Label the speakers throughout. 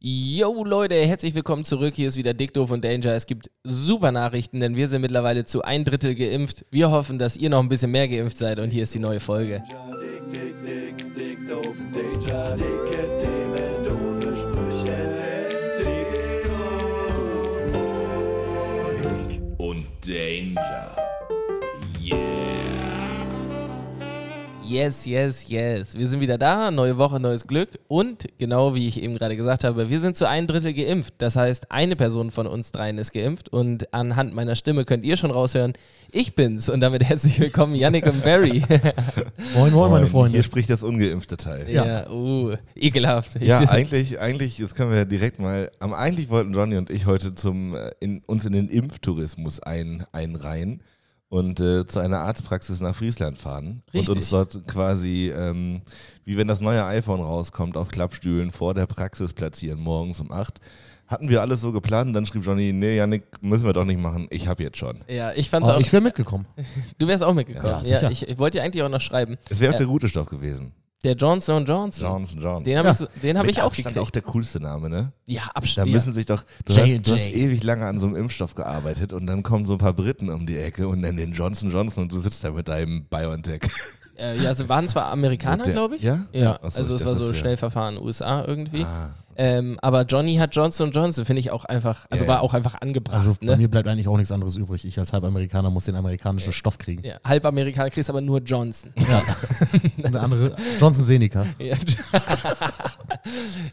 Speaker 1: Yo Leute, herzlich willkommen zurück. Hier ist wieder Dick, Doof und Danger. Es gibt super Nachrichten, denn wir sind mittlerweile zu ein Drittel geimpft. Wir hoffen, dass ihr noch ein bisschen mehr geimpft seid und hier ist die neue Folge.
Speaker 2: Dick, dick, dick, dick, doof, Danger, dicke Themen, doofe Sprüche, dick, doof, dick.
Speaker 3: und Danger.
Speaker 1: Yes, yes, yes. Wir sind wieder da, neue Woche, neues Glück. Und genau wie ich eben gerade gesagt habe, wir sind zu ein Drittel geimpft. Das heißt, eine Person von uns dreien ist geimpft. Und anhand meiner Stimme könnt ihr schon raushören, ich bin's. Und damit herzlich willkommen, Yannick und Barry.
Speaker 4: Moin, moin, meine
Speaker 3: Moin,
Speaker 4: Freunde.
Speaker 3: Hier spricht das ungeimpfte Teil.
Speaker 1: ja,
Speaker 4: Ja.
Speaker 1: uh, ekelhaft. Ich-
Speaker 3: Ja, eigentlich, eigentlich, jetzt können wir direkt mal, am eigentlich wollten Johnny und ich heute zum, äh, in, uns in den Impftourismus ein, einreihen und äh, zu einer Arztpraxis nach Friesland fahren
Speaker 1: Richtig.
Speaker 3: und uns dort quasi, ähm, wie wenn das neue iPhone rauskommt, auf Klappstühlen vor der Praxis platzieren, morgens um 8. Hatten wir alles so geplant, dann schrieb Johnny, nee, Janik, müssen wir doch nicht machen, ich hab jetzt schon.
Speaker 1: ja, ich fand's
Speaker 4: Oh,
Speaker 1: auch.
Speaker 4: ich wäre mitgekommen.
Speaker 1: du wärst auch mitgekommen.
Speaker 4: Ja,
Speaker 1: Ja,
Speaker 4: sicher.
Speaker 1: ich, ich wollte dir eigentlich auch noch schreiben.
Speaker 3: Es wäre auch
Speaker 1: Ja.
Speaker 3: der gute Stoff gewesen.
Speaker 1: Der Johnson Johnson.
Speaker 3: Johnson Johnson.
Speaker 1: Den habe
Speaker 4: Ja.
Speaker 1: ich, so- den hab
Speaker 3: Mit
Speaker 1: ich auch
Speaker 3: Abstand
Speaker 1: gekriegt.
Speaker 3: auch der coolste Name, ne?
Speaker 1: ja,
Speaker 3: Da
Speaker 1: Abstand.
Speaker 3: müssen sich doch, du
Speaker 4: J&J.
Speaker 3: hast, du hast ewig lange an so einem Impfstoff gearbeitet und dann kommen so ein paar Briten um die Ecke und nennen den Johnson Johnson und du sitzt da mit deinem BioNTech.
Speaker 1: Äh, ja, sie waren zwar
Speaker 3: Und
Speaker 1: Amerikaner,
Speaker 3: der-
Speaker 1: glaube ich.
Speaker 3: ja?
Speaker 1: Ja,
Speaker 3: Ach so,
Speaker 1: also
Speaker 3: ich
Speaker 1: es war
Speaker 3: dachte,
Speaker 1: so
Speaker 3: das wär-
Speaker 1: Schnellverfahren USA irgendwie.
Speaker 3: Ah,
Speaker 1: Ähm, aber Johnny hat Johnson Johnson, finde ich auch einfach, also
Speaker 3: Ja,
Speaker 1: war
Speaker 3: ja.
Speaker 1: auch einfach angebracht.
Speaker 4: Also bei
Speaker 1: ne?
Speaker 4: mir bleibt eigentlich auch nichts anderes übrig. Ich als Halbamerikaner muss den amerikanischen Stoff kriegen.
Speaker 1: ja, halb Amerikaner kriegst aber nur Johnson.
Speaker 4: Ja. Und der andere, Johnson Seneca.
Speaker 1: ja,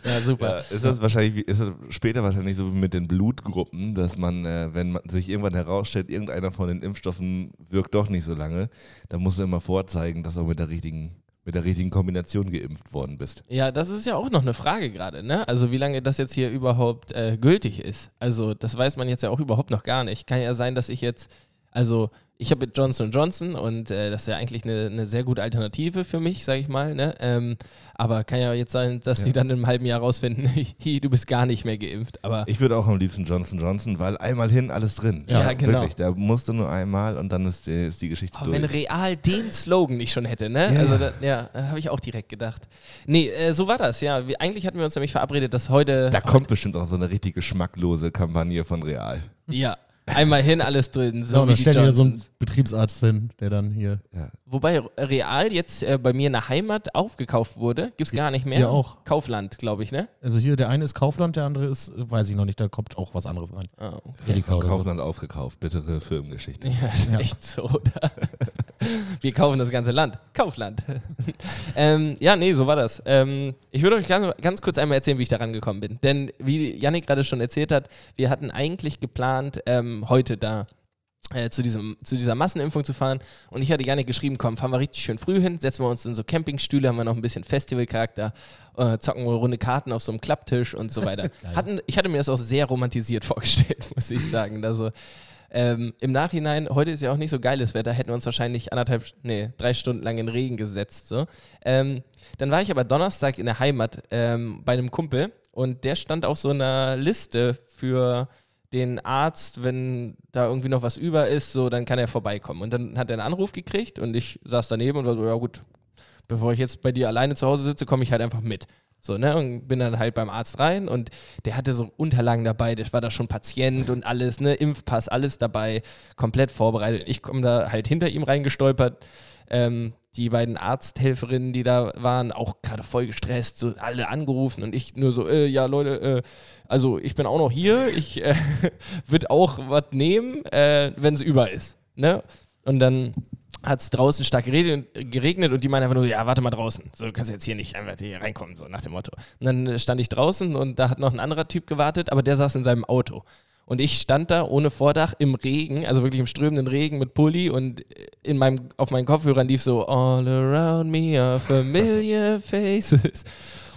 Speaker 1: Ja, super.
Speaker 3: ja, ist das wahrscheinlich, wie- ist das später wahrscheinlich so wie mit den Blutgruppen, dass man, äh, wenn man sich irgendwann herausstellt, irgendeiner von den Impfstoffen wirkt doch nicht so lange, dann musst du immer vorzeigen, dass du auch mit der richtigen, mit der richtigen Kombination geimpft worden bist.
Speaker 1: Ja, das ist ja auch noch eine Frage gerade, ne? Also wie lange das jetzt hier überhaupt äh, gültig ist. Also das weiß man jetzt ja auch überhaupt noch gar nicht. Kann ja sein, dass ich jetzt, also ich habe jetzt Johnson Johnson und äh, das ist ja eigentlich eine, eine sehr gute Alternative für mich, sage ich mal, ne? Ähm, aber kann ja jetzt sein, dass sie dann im halben Jahr rausfinden, hi, du bist gar nicht mehr geimpft. Aber
Speaker 3: Ich würde auch am liebsten Johnson Johnson, weil einmal hin alles drin.
Speaker 1: Ja, genau.
Speaker 3: Wirklich, da musst du nur einmal und dann ist die, ist die Geschichte
Speaker 1: Oh,
Speaker 3: durch.
Speaker 1: wenn Real den Slogan nicht schon hätte, ne?
Speaker 3: Ja.
Speaker 1: Also, da, ja, habe ich auch direkt gedacht. Nee, äh, so war das, ja. Wir, eigentlich hatten wir uns nämlich verabredet, dass heute.
Speaker 3: Da kommt bestimmt auch noch so eine richtig geschmacklose Kampagne von Real.
Speaker 1: Ja, einmal hin, alles drin. So
Speaker 4: So,
Speaker 1: wie
Speaker 4: dann
Speaker 1: die
Speaker 4: stellen wir so einen
Speaker 1: Johnsons.
Speaker 4: Betriebsarzt hin, der dann hier.
Speaker 1: Wobei Real jetzt äh, bei mir in der Heimat aufgekauft wurde. Gibt's gar nicht mehr.
Speaker 4: Ja, auch.
Speaker 1: Kaufland, glaube ich, ne?
Speaker 4: Also hier, der eine ist Kaufland, der andere ist, äh, weiß ich noch nicht, da kommt auch was anderes rein.
Speaker 1: Ah, okay.
Speaker 4: Edeka oder so.
Speaker 3: Kaufland aufgekauft, bittere Firmengeschichte.
Speaker 1: Ja, ist
Speaker 4: Ja.
Speaker 1: echt so, oder? Wir kaufen das ganze Land. Kaufland. ähm, ja, nee, so war das. Ähm, ich würde euch ganz, ganz kurz einmal erzählen, wie ich da rangekommen bin. Denn wie Yannick gerade schon erzählt hat, wir hatten eigentlich geplant, ähm, heute da äh, zu, diesem, zu dieser Massenimpfung zu fahren. Und ich hatte Janik geschrieben, komm, fahren wir richtig schön früh hin, setzen wir uns in so Campingstühle, haben wir noch ein bisschen Festivalcharakter, äh, zocken wir runde Karten auf so einem Klapptisch und so weiter. Hatten, ich hatte mir das auch sehr romantisiert vorgestellt, muss ich sagen. Also, ähm, Im Nachhinein, heute ist ja auch nicht so geiles Wetter, hätten wir uns wahrscheinlich anderthalb, nee, drei Stunden lang in den Regen gesetzt. So. Ähm, dann war ich aber Donnerstag in der Heimat ähm, bei einem Kumpel und der stand auf so einer Liste für den Arzt, wenn da irgendwie noch was über ist, so, dann kann er vorbeikommen. Und dann hat er einen Anruf gekriegt und ich saß daneben und war so, ja gut, bevor ich jetzt bei dir alleine zu Hause sitze, komme ich halt einfach mit. So, ne? Und bin dann halt beim Arzt rein und der hatte so Unterlagen dabei, der war da schon Patient und alles, ne? Impfpass, alles dabei, komplett vorbereitet. Ich komme da halt hinter ihm reingestolpert. Ähm, die beiden Arzthelferinnen, die da waren, auch gerade voll gestresst, so alle angerufen und ich nur so, äh, ja Leute, äh, also ich bin auch noch hier, ich äh, würde auch was nehmen, äh, wenn es über ist. Ne? Und dann hat es draußen stark geregnet, geregnet und die meinen einfach nur, so, ja, warte mal draußen. So, du kannst jetzt hier nicht einfach hier reinkommen, so nach dem Motto. Und dann äh, stand ich draußen und da hat noch ein anderer Typ gewartet, aber der saß in seinem Auto. Und ich stand da ohne Vordach im Regen, also wirklich im strömenden Regen mit Pulli und äh, in meinem, auf meinen Kopfhörern lief so All around me are familiar faces.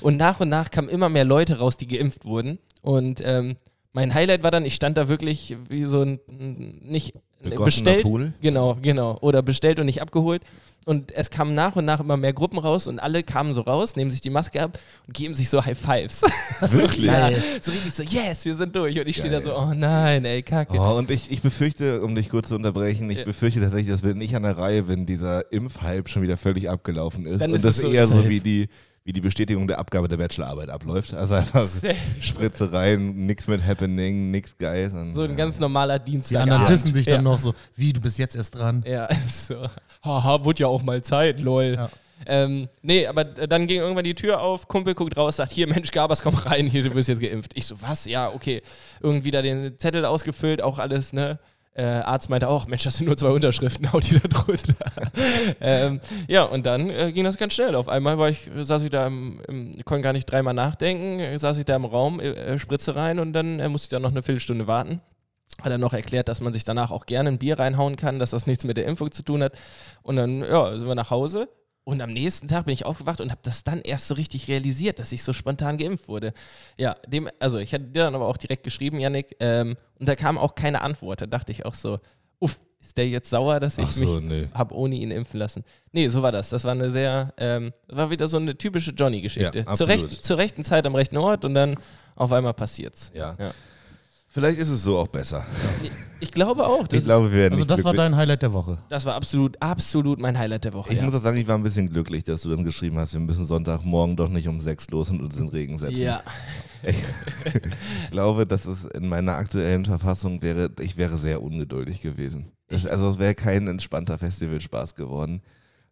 Speaker 1: Und nach und nach kamen immer mehr Leute raus, die geimpft wurden. Und ähm, mein Highlight war dann, ich stand da wirklich wie so ein, ein- nicht
Speaker 3: Begossener
Speaker 1: bestellt,
Speaker 3: Pool?
Speaker 1: Genau, genau. Oder bestellt und nicht abgeholt. Und es kamen nach und nach immer mehr Gruppen raus und alle kamen so raus, nehmen sich die Maske ab und geben sich so High Fives.
Speaker 3: Wirklich?
Speaker 1: Ja, so richtig so, yes, wir sind durch. Und ich stehe da
Speaker 3: Geil.
Speaker 1: so, oh nein, ey, kacke.
Speaker 3: Oh, und ich, ich befürchte, um dich kurz zu unterbrechen, ich
Speaker 1: Ja.
Speaker 3: befürchte tatsächlich, dass wenn ich an der Reihe bin, dieser Impfhype schon wieder völlig abgelaufen ist.
Speaker 1: Dann
Speaker 3: und
Speaker 1: ist
Speaker 3: das
Speaker 1: es so
Speaker 3: eher so
Speaker 4: safe.
Speaker 3: wie die, wie wie die Bestätigung der Abgabe der Bachelorarbeit abläuft. Also einfach Spritze rein, nichts mit Happening, nichts geil. sondern-
Speaker 1: So ein ganz normaler Dienstag.
Speaker 4: Die anderen dissen dich dann
Speaker 1: ja.
Speaker 4: noch so, wie, du bist jetzt erst dran.
Speaker 1: Ja, so. Haha, wurde ja auch mal Zeit, lol.
Speaker 4: Ja.
Speaker 1: Ähm, nee, aber dann ging irgendwann die Tür auf, Kumpel guckt raus, sagt, hier Mensch, Gabers, komm rein, hier, du wirst jetzt geimpft. Ich so, was? Ja, okay. Irgendwie da den Zettel ausgefüllt, auch alles, ne? Äh, Arzt meinte auch, Mensch, das sind nur zwei Unterschriften, haut die da drunter. ähm, ja, und dann äh, ging das ganz schnell. Auf einmal war ich, saß ich da im, im ich konnte gar nicht dreimal nachdenken, äh, saß ich da im Raum, äh, äh, Spritze rein und dann äh, musste ich da noch eine Viertelstunde warten hat er noch erklärt, dass man sich danach auch gerne ein Bier reinhauen kann, dass das nichts mit der Impfung zu tun hat. Und dann ja, sind wir nach Hause. Und am nächsten Tag bin ich aufgewacht und habe das dann erst so richtig realisiert, dass ich so spontan geimpft wurde. Ja, dem, also ich hatte dir dann aber auch direkt geschrieben, Yannick, ähm, und da kam auch keine Antwort. Da dachte ich auch so, uff, ist der jetzt sauer, dass ich
Speaker 3: Ach so,
Speaker 1: mich
Speaker 3: nö.
Speaker 1: habe ohne ihn impfen lassen. Nee, so war das. Das war eine sehr, ähm, war wieder so eine typische Johnny-Geschichte.
Speaker 3: Ja,
Speaker 1: zur,
Speaker 3: absolut.
Speaker 1: rechten, zur rechten Zeit am rechten Ort und dann auf einmal passiert's.
Speaker 3: Ja.
Speaker 1: Ja.
Speaker 3: Vielleicht ist es so auch besser.
Speaker 1: Ich glaube auch. das
Speaker 3: ich glaube, wir werden
Speaker 4: Also
Speaker 3: nicht
Speaker 4: das war
Speaker 3: glücklich.
Speaker 4: dein Highlight der Woche.
Speaker 1: Das war absolut, absolut mein Highlight der Woche.
Speaker 3: Ich
Speaker 1: ja.
Speaker 3: muss auch sagen, ich war ein bisschen glücklich, dass du dann geschrieben hast, wir müssen Sonntagmorgen doch nicht um sechs los und uns in den Regen setzen.
Speaker 1: ja,
Speaker 3: Ich glaube, dass es in meiner aktuellen Verfassung wäre, ich wäre sehr ungeduldig gewesen. Das, also es wäre kein entspannter Festivalspaß geworden,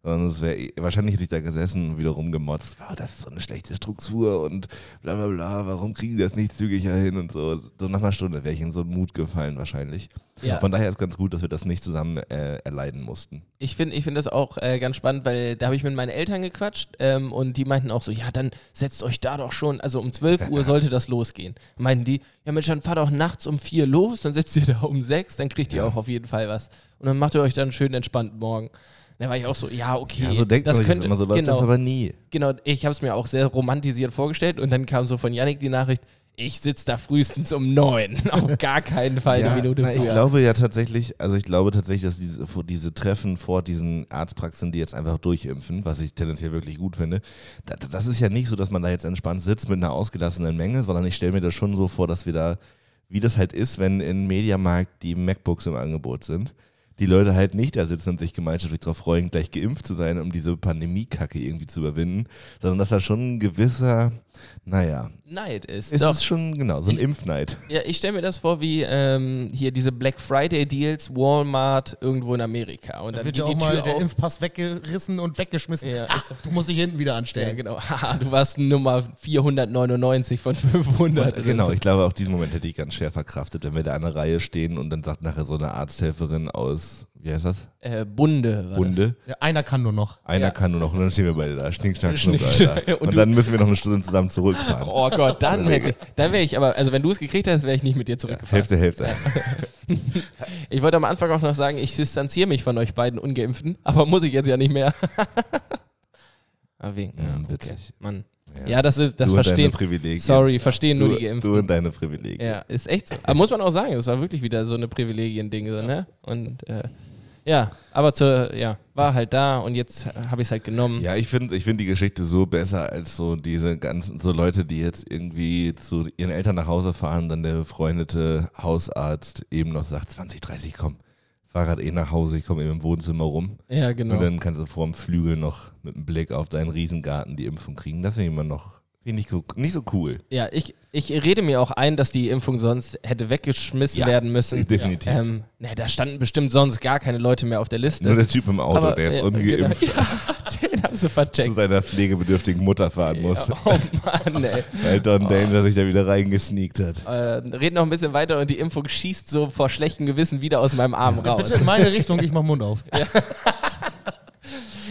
Speaker 3: sondern es wäre wahrscheinlich hätte ich da gesessen und wieder rumgemotzt, wow, das ist so eine schlechte Struktur und bla bla bla, warum kriegen die das nicht zügiger hin und so. So nach einer Stunde wäre ich in so einen Mut gefallen wahrscheinlich.
Speaker 1: Ja.
Speaker 3: Von daher ist ganz gut, dass wir das nicht zusammen äh, erleiden mussten.
Speaker 1: ich finde ich find das auch äh, ganz spannend, weil da habe ich mit meinen Eltern gequatscht ähm, und die meinten auch so, ja, dann setzt euch da doch schon, also um 12 Uhr sollte das losgehen. Meinten die, ja Mensch, dann fahrt doch nachts um 4 los, dann setzt ihr da um 6, dann kriegt ihr auch auf jeden Fall was. Und dann macht ihr euch dann schön entspannt morgen. Da war ich auch so, ja, okay.
Speaker 3: Ja, so denkt
Speaker 1: das
Speaker 3: man sich das
Speaker 1: könnte-
Speaker 3: immer, so läuft
Speaker 1: genau.
Speaker 3: das aber nie.
Speaker 1: Genau, ich habe es mir auch sehr romantisiert vorgestellt und dann kam so von Yannick die Nachricht, ich sitze da frühestens um neun. Auf gar keinen Fall
Speaker 3: ja,
Speaker 1: eine Minute
Speaker 3: na,
Speaker 1: früher.
Speaker 3: ich glaube ja tatsächlich, also ich glaube tatsächlich, dass diese, vor diese Treffen vor diesen Arztpraxen, die jetzt einfach durchimpfen, was ich tendenziell wirklich gut finde, da, da- das ist ja nicht so, dass man da jetzt entspannt sitzt mit einer ausgelassenen Menge, sondern ich stelle mir das schon so vor, dass wir da, wie das halt ist, wenn in Mediamarkt die MacBooks im Angebot sind, die Leute halt nicht da sitzen und sich gemeinschaftlich darauf freuen, gleich geimpft zu sein, um diese Pandemie-Kacke irgendwie zu überwinden, sondern dass da schon ein gewisser, naja,
Speaker 1: Neid ist.
Speaker 3: ist
Speaker 1: Doch.
Speaker 3: es schon, genau, so ein Impfneid.
Speaker 1: Ja, ich stelle mir das vor wie ähm, hier diese Black Friday Deals, Walmart irgendwo in Amerika. Und dann
Speaker 4: Wird
Speaker 1: geht
Speaker 4: ja
Speaker 1: die
Speaker 4: auch mal
Speaker 1: Tür
Speaker 4: der
Speaker 1: auf.
Speaker 4: Impfpass weggerissen und weggeschmissen.
Speaker 1: Ja,
Speaker 4: Ah,
Speaker 1: ist
Speaker 4: du musst dich hinten wieder
Speaker 1: ja,
Speaker 4: anstellen.
Speaker 1: genau. Haha, du warst Nummer 499 von 500.
Speaker 3: Genau, ich glaube, auch diesen Moment hätte ich ganz schwer verkraftet, wenn wir da an der Reihe stehen und dann sagt nachher so eine Arzthelferin aus, wie heißt das?
Speaker 1: Äh, Bunde war
Speaker 3: Bunde.
Speaker 4: Ja, einer kann nur noch.
Speaker 3: Einer
Speaker 1: genau. Ja.
Speaker 3: kann nur noch und dann stehen wir beide da. Schnick, schnack, schnuck,
Speaker 1: Schnick,
Speaker 3: Alter.
Speaker 1: schnack, und
Speaker 3: Und
Speaker 1: du-
Speaker 3: dann müssen wir noch eine Stunde zusammen
Speaker 1: das.
Speaker 3: zurückfahren.
Speaker 1: Oh Gott,
Speaker 3: Also-
Speaker 1: dann hätte ich, dann wäre ich aber, also wenn du es gekriegt hättest, wäre ich nicht mit dir zurückgefahren.
Speaker 3: Hälfte, Hälfte.
Speaker 1: Ich wollte am Anfang auch noch sagen, ich distanziere mich von euch beiden Ungeimpften, aber muss ich jetzt ja nicht mehr. ah, wegen.
Speaker 3: Ja,
Speaker 1: okay.
Speaker 3: witzig.
Speaker 1: Mann. Ja.
Speaker 3: Ja.
Speaker 1: das ist, das
Speaker 3: Du und deine
Speaker 1: verstehen.
Speaker 3: Privilegien.
Speaker 1: Sorry, verstehen nur
Speaker 3: Du,
Speaker 1: die Geimpften.
Speaker 3: du und deine Privilegien.
Speaker 1: Ja, ist echt so. Aber muss man auch sagen, es war wirklich wieder so eine Privilegien-Ding, so, ne? Und äh, ja, aber zur, ja, war halt da und jetzt habe ich es halt genommen.
Speaker 3: Ja, ich finde ich find die Geschichte so besser als so diese ganzen, so Leute, die jetzt irgendwie zu ihren Eltern nach Hause fahren, dann der befreundete Hausarzt eben noch sagt, 20, 30, komm, fahr grad eh nach Hause, ich komme eben im Wohnzimmer rum.
Speaker 1: Ja, genau.
Speaker 3: Und dann kannst du vorm Flügel noch mit einem Blick auf deinen Riesengarten die Impfung kriegen. Das finde ich immer noch finde ich co- nicht so cool.
Speaker 1: Ja, ich, ich rede mir auch ein, dass die Impfung sonst hätte weggeschmissen
Speaker 3: Ja,
Speaker 1: werden müssen.
Speaker 3: definitiv.
Speaker 1: Ähm, na, da standen bestimmt sonst gar keine Leute mehr auf der Liste.
Speaker 3: Nur der Typ im Auto,
Speaker 1: Aber,
Speaker 3: der jetzt
Speaker 1: ja,
Speaker 3: ungeimpft
Speaker 1: genau. Ja, den haben sie
Speaker 3: zu
Speaker 1: vercheckt.
Speaker 3: seiner pflegebedürftigen Mutter fahren muss,
Speaker 1: Ja, oh Mann, ey.
Speaker 3: weil Don Danger sich da wieder reingesneakt hat.
Speaker 1: Äh, red noch ein bisschen weiter und die Impfung schießt so vor schlechtem Gewissen wieder aus meinem Arm raus.
Speaker 4: Bitte in meine Richtung, ich mach Mund auf.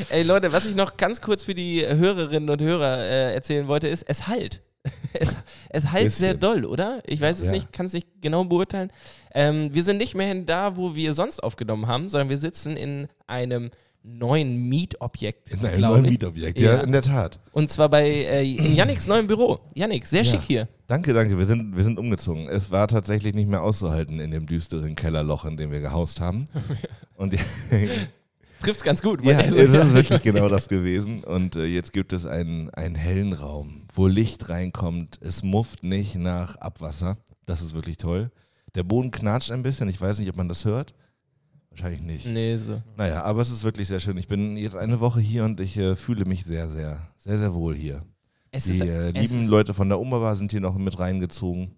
Speaker 1: Ey Leute, was ich noch ganz kurz für die Hörerinnen und Hörer äh, erzählen wollte, ist, es halt. Es, es halt
Speaker 3: Bisschen.
Speaker 1: sehr doll, oder? Ich weiß es
Speaker 3: Ja.
Speaker 1: nicht, kann es nicht genau beurteilen. Ähm, wir sind nicht mehr hin da, wo wir sonst aufgenommen haben, sondern wir sitzen in einem neuen Mietobjekt,
Speaker 3: In einem
Speaker 1: glaube
Speaker 3: neuen
Speaker 1: Oh, ich.
Speaker 3: Mietobjekt, ja,
Speaker 1: Ja.
Speaker 3: in der Tat.
Speaker 1: Und zwar bei äh, in Yannicks neuem Büro. Yannick, sehr schick hier.
Speaker 3: Danke, danke. Wir sind, wir sind umgezogen. Es war tatsächlich nicht mehr auszuhalten in dem düsteren Kellerloch, in dem wir gehaust haben. Und
Speaker 1: Trifft's ganz gut.
Speaker 3: ja,
Speaker 1: weil-
Speaker 3: es ist wirklich genau das gewesen. Und äh, jetzt gibt es einen, einen hellen Raum, wo Licht reinkommt. Es mufft nicht nach Abwasser. Das ist wirklich toll. Der Boden knatscht ein bisschen. Ich weiß nicht, ob man das hört. Wahrscheinlich nicht.
Speaker 1: Nee, so.
Speaker 3: Naja, aber es ist wirklich sehr schön. Ich bin jetzt eine Woche hier und ich äh, fühle mich sehr, sehr, sehr, sehr wohl hier.
Speaker 1: Es
Speaker 3: Die
Speaker 1: ist,
Speaker 3: äh,
Speaker 1: es
Speaker 3: lieben
Speaker 1: ist,
Speaker 3: Leute von der Umbaba sind hier noch mit reingezogen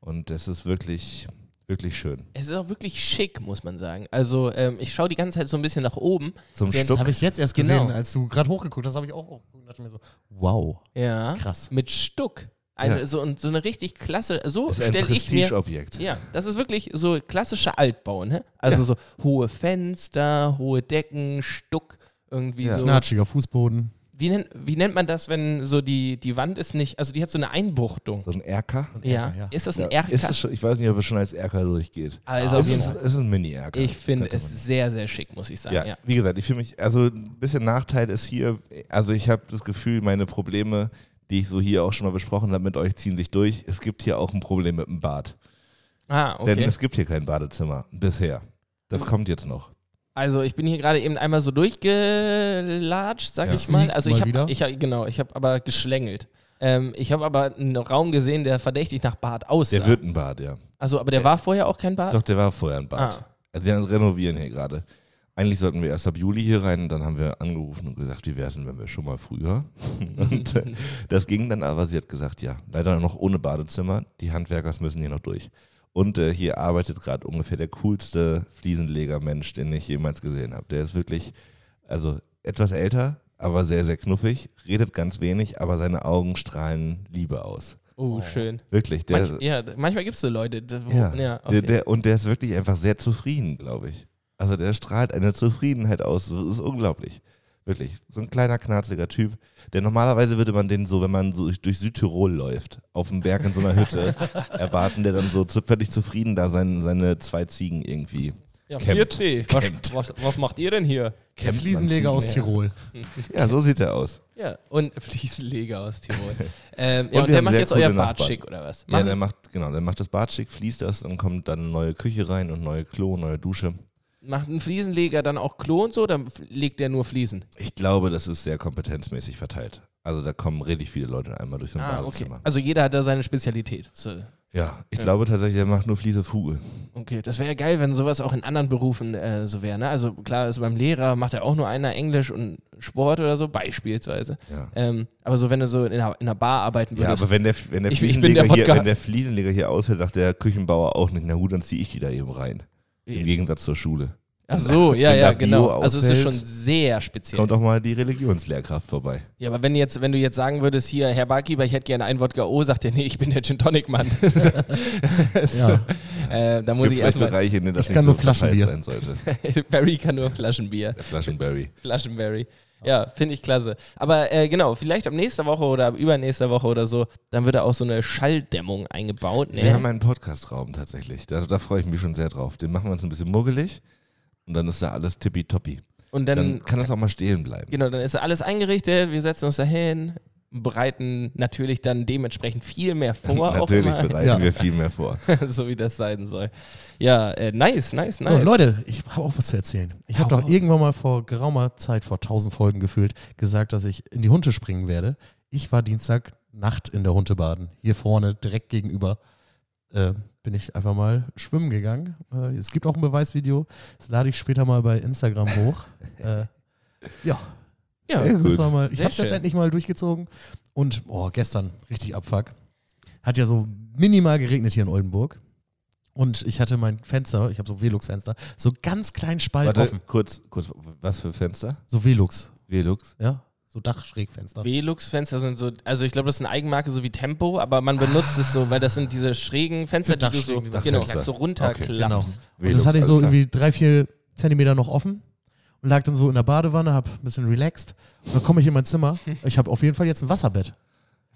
Speaker 3: und es ist wirklich, wirklich schön.
Speaker 1: es ist auch wirklich schick, muss man sagen. Also ähm, ich schaue die ganze Zeit so ein bisschen nach oben.
Speaker 3: Zum
Speaker 1: Jetzt
Speaker 3: Stuck.
Speaker 4: Habe ich jetzt erst
Speaker 1: Genau.
Speaker 4: gesehen, als du gerade hochgeguckt hast, habe ich auch hochgeguckt und dachte mir so, wow,
Speaker 1: Ja.
Speaker 4: krass.
Speaker 1: Mit Stuck. Also so, und so eine richtig klasse, so
Speaker 3: Es ist ein
Speaker 1: stelle ich mir
Speaker 3: Prestigeobjekt.
Speaker 1: Ja, das ist wirklich so klassischer Altbau, ne? Also so hohe Fenster, hohe Decken, Stuck, irgendwie
Speaker 3: Ja.
Speaker 1: so.
Speaker 4: Knatschiger Fußboden.
Speaker 1: Wie, nennt, wie nennt man das, wenn so die, die Wand ist nicht, also die hat so eine Einbuchtung.
Speaker 3: So ein Erker.
Speaker 1: ja.
Speaker 4: Erker, ja.
Speaker 1: ist das ein
Speaker 3: Ja,
Speaker 1: Erker?
Speaker 3: Ist es schon, ich weiß nicht, ob es schon als Erker durchgeht.
Speaker 1: Ah, ist auf
Speaker 3: es,
Speaker 1: jeden
Speaker 3: ist,
Speaker 1: Fall.
Speaker 3: es ist ein Mini-Erker.
Speaker 1: Ich finde
Speaker 3: könnte man
Speaker 1: es sehr, sehr schick, muss ich sagen.
Speaker 3: Ja,
Speaker 1: Ja.
Speaker 3: wie gesagt, ich fühle mich, also ein bisschen Nachteil ist hier, also ich habe das Gefühl, meine Probleme, die ich so hier auch schon mal besprochen habe mit euch, ziehen sich durch. Es gibt hier auch ein Problem mit dem Bad.
Speaker 1: Ah,
Speaker 3: Denn
Speaker 1: okay. Mhm.
Speaker 3: es gibt hier kein Badezimmer bisher. Das kommt jetzt noch.
Speaker 1: Also ich bin hier gerade eben einmal so durchgelatscht, sag
Speaker 4: Ja.
Speaker 1: ich mal.
Speaker 4: Sneak
Speaker 1: Also
Speaker 4: mal
Speaker 1: ich habe,
Speaker 4: wieder.
Speaker 1: ich hab, genau, ich habe aber geschlängelt. Ähm, ich habe aber einen Raum gesehen, der verdächtig nach Bad aussah.
Speaker 3: Der wird ein Bad, ja.
Speaker 1: also, aber der war vorher auch kein Bad?
Speaker 3: Doch, der war vorher ein Bad.
Speaker 1: Ah.
Speaker 3: Also wir renovieren hier gerade. Eigentlich sollten wir erst ab Juli hier rein und dann haben wir angerufen und gesagt, wie wäre es denn, wenn wir schon mal früher? Und äh, das ging dann aber, sie hat gesagt, ja, leider noch ohne Badezimmer. Die Handwerkers müssen hier noch durch. Und äh, hier arbeitet gerade ungefähr der coolste Fliesenlegermensch, den ich jemals gesehen habe. Der ist wirklich, also etwas älter, aber sehr, sehr knuffig, redet ganz wenig, aber seine Augen strahlen Liebe aus.
Speaker 1: Oh, schön.
Speaker 3: Wirklich, der,
Speaker 1: Manch, ja, d- manchmal gibt es so Leute. d- Wo,
Speaker 3: ja.
Speaker 1: ja. okay.
Speaker 3: der, der, und der ist wirklich einfach sehr zufrieden, glaube ich. Also der strahlt eine Zufriedenheit aus. Das ist unglaublich. Wirklich. So ein kleiner, knarziger Typ. Denn normalerweise würde man den so, wenn man so durch Südtirol läuft, auf dem Berg in so einer Hütte, erwarten, der dann so zu- völlig zufrieden da seine, seine zwei Ziegen irgendwie.
Speaker 1: ja,
Speaker 3: Camp.
Speaker 1: 4T.
Speaker 3: Camp.
Speaker 1: Was, was, was macht ihr denn hier?
Speaker 4: Der Fliesenleger
Speaker 3: man
Speaker 4: aus
Speaker 3: Ziegen.
Speaker 4: Tirol.
Speaker 3: Ja, so sieht er aus.
Speaker 1: Ja, und Fliesenleger aus Tirol. ähm, ja, und,
Speaker 3: Und wir
Speaker 1: der
Speaker 3: haben
Speaker 1: macht
Speaker 3: sehr
Speaker 1: jetzt
Speaker 3: coole
Speaker 1: euer Bad
Speaker 3: Nachbarn.
Speaker 1: schick, oder was?
Speaker 3: Ja,
Speaker 1: Machen-
Speaker 3: der macht, genau, der macht das Bad schick, fließt das und kommt dann eine neue Küche rein und neue Klo, neue Dusche.
Speaker 1: macht ein Fliesenleger dann auch Klo und so? Dann f- legt der nur Fliesen.
Speaker 3: Ich glaube, das ist sehr kompetenzmäßig verteilt. Also da kommen richtig viele Leute einmal durch so ein
Speaker 1: Ah, okay.
Speaker 3: Badezimmer.
Speaker 1: Also jeder hat da seine Spezialität. So.
Speaker 3: Ja, ich glaube tatsächlich, er macht nur Fliese Fuge.
Speaker 1: Okay, das wäre ja geil, wenn sowas auch in anderen Berufen äh, so wäre. Ne? Also klar, ist beim Lehrer macht ja auch nur einer Englisch und Sport oder so, beispielsweise.
Speaker 3: Ja.
Speaker 1: Ähm, aber so, wenn du so in einer, in einer Bar arbeiten
Speaker 3: Ja,
Speaker 1: würdest.
Speaker 3: aber wenn der, wenn, der
Speaker 1: Ich- ich bin
Speaker 3: Fliesenleger
Speaker 1: der
Speaker 3: hier,
Speaker 1: Wodka.
Speaker 3: wenn der Fliesenleger hier ausfällt, sagt der Küchenbauer auch nicht, na gut, dann ziehe ich die da eben rein. Im Gegensatz zur Schule.
Speaker 1: Ach so, ja,
Speaker 3: wenn
Speaker 1: ja,
Speaker 3: da Bio
Speaker 1: genau. Also es ist
Speaker 3: ausfällt,
Speaker 1: schon sehr speziell.
Speaker 3: Kommt auch mal die Religionslehrkraft vorbei.
Speaker 1: Ja, aber wenn jetzt, wenn du jetzt sagen würdest, hier, Herr Barkeeper, ich hätte gerne ein Wodka O, sagt er, nee, ich bin der Gin Tonic Mann. so,
Speaker 4: Ja.
Speaker 1: äh, da muss
Speaker 3: Gibt
Speaker 1: ich
Speaker 3: vielleicht
Speaker 1: erstmal.
Speaker 3: Bereiche, in denen das ne,
Speaker 4: Ich
Speaker 3: nicht
Speaker 4: kann
Speaker 3: so
Speaker 4: nur Flaschenbier.
Speaker 3: verteilt sein sollte.
Speaker 1: Barry kann nur Flaschenbier.
Speaker 3: Der Flaschenberry.
Speaker 1: Flaschenberry. Ja, finde ich klasse. Aber äh, genau, vielleicht ab nächster Woche oder ab übernächster Woche oder so, dann wird da auch so eine Schalldämmung eingebaut.
Speaker 3: Wir haben
Speaker 1: Ne?
Speaker 3: einen Podcast-Raum tatsächlich. Da, da freue ich mich schon sehr drauf. Den machen wir uns ein bisschen muggelig und dann ist da alles tippitoppi.
Speaker 1: Und
Speaker 3: Dann
Speaker 1: dann,
Speaker 3: kann das auch mal stehen bleiben.
Speaker 1: genau, dann ist alles eingerichtet, wir setzen uns da hin, bereiten natürlich dann dementsprechend viel mehr vor.
Speaker 3: Natürlich
Speaker 1: Genau, auch immer.
Speaker 3: bereiten
Speaker 4: Ja.
Speaker 3: wir viel mehr vor.
Speaker 1: so wie das sein soll. Ja, äh, nice, nice, nice.
Speaker 4: So, Leute, ich habe auch was zu erzählen. Ich habe
Speaker 1: Hau
Speaker 4: doch
Speaker 1: raus.
Speaker 4: irgendwann mal vor geraumer Zeit, vor tausend Folgen gefühlt, gesagt, dass ich in die Hunte springen werde. Ich war Dienstag Nacht in der Hunte baden. Hier vorne, direkt gegenüber, äh, bin ich einfach mal schwimmen gegangen. Äh, es gibt auch ein Beweisvideo. Das lade ich später mal bei Instagram hoch. äh, ja,
Speaker 1: Ja,
Speaker 3: Ja, gut.
Speaker 4: das war mal, ich
Speaker 1: Sehr
Speaker 4: habe es jetzt
Speaker 1: schön.
Speaker 4: endlich mal durchgezogen. Und oh, gestern, richtig Abfuck. Hat ja so minimal geregnet hier in Oldenburg. Und ich hatte mein Fenster, ich habe so Velux-Fenster, so ganz kleinen Spalt
Speaker 1: Halt
Speaker 3: Warte,
Speaker 4: offen.
Speaker 3: kurz, kurz, was für Fenster?
Speaker 4: So Velux,
Speaker 3: Velux?
Speaker 4: ja? So Dachschrägfenster.
Speaker 1: Velux-Fenster sind so, also ich glaube, das ist eine Eigenmarke, so wie Tempo, aber man benutzt es so, weil das sind diese schrägen Fenster, die du so,
Speaker 4: Dachschrägen, die man
Speaker 1: genau,
Speaker 3: verklappt.
Speaker 1: so
Speaker 4: Genau.
Speaker 1: runterklappst.
Speaker 4: Und das hatte ich so
Speaker 3: alles klar.
Speaker 4: irgendwie drei, vier Zentimeter noch offen und lag dann so in der Badewanne, hab ein bisschen relaxed. Und dann komme ich in mein Zimmer. Ich habe auf jeden Fall jetzt ein Wasserbett.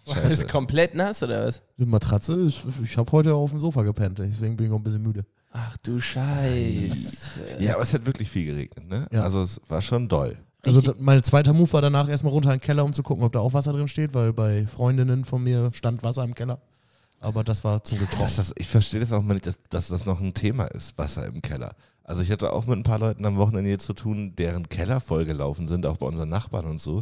Speaker 3: genau.
Speaker 1: War das komplett nass oder was?
Speaker 4: Die Matratze, ist, ich habe heute auf dem Sofa gepennt, deswegen bin ich auch ein bisschen müde.
Speaker 1: Ach du Scheiße.
Speaker 3: Ja, aber es hat wirklich viel geregnet, ne?
Speaker 4: Ja.
Speaker 3: Also es war schon doll.
Speaker 4: Also
Speaker 1: Richtig.
Speaker 4: da- mein zweiter Move war danach erstmal runter in den Keller, um zu gucken, ob da auch Wasser drin steht, weil bei Freundinnen von mir stand Wasser im Keller. Aber das war
Speaker 3: Dass
Speaker 4: zugetroffen.
Speaker 3: das, ich verstehe das auch mal nicht, dass, dass das noch ein Thema ist, Wasser im Keller. Also ich hatte auch mit ein paar Leuten am Wochenende hier zu tun, deren Keller vollgelaufen sind, auch bei unseren Nachbarn und so.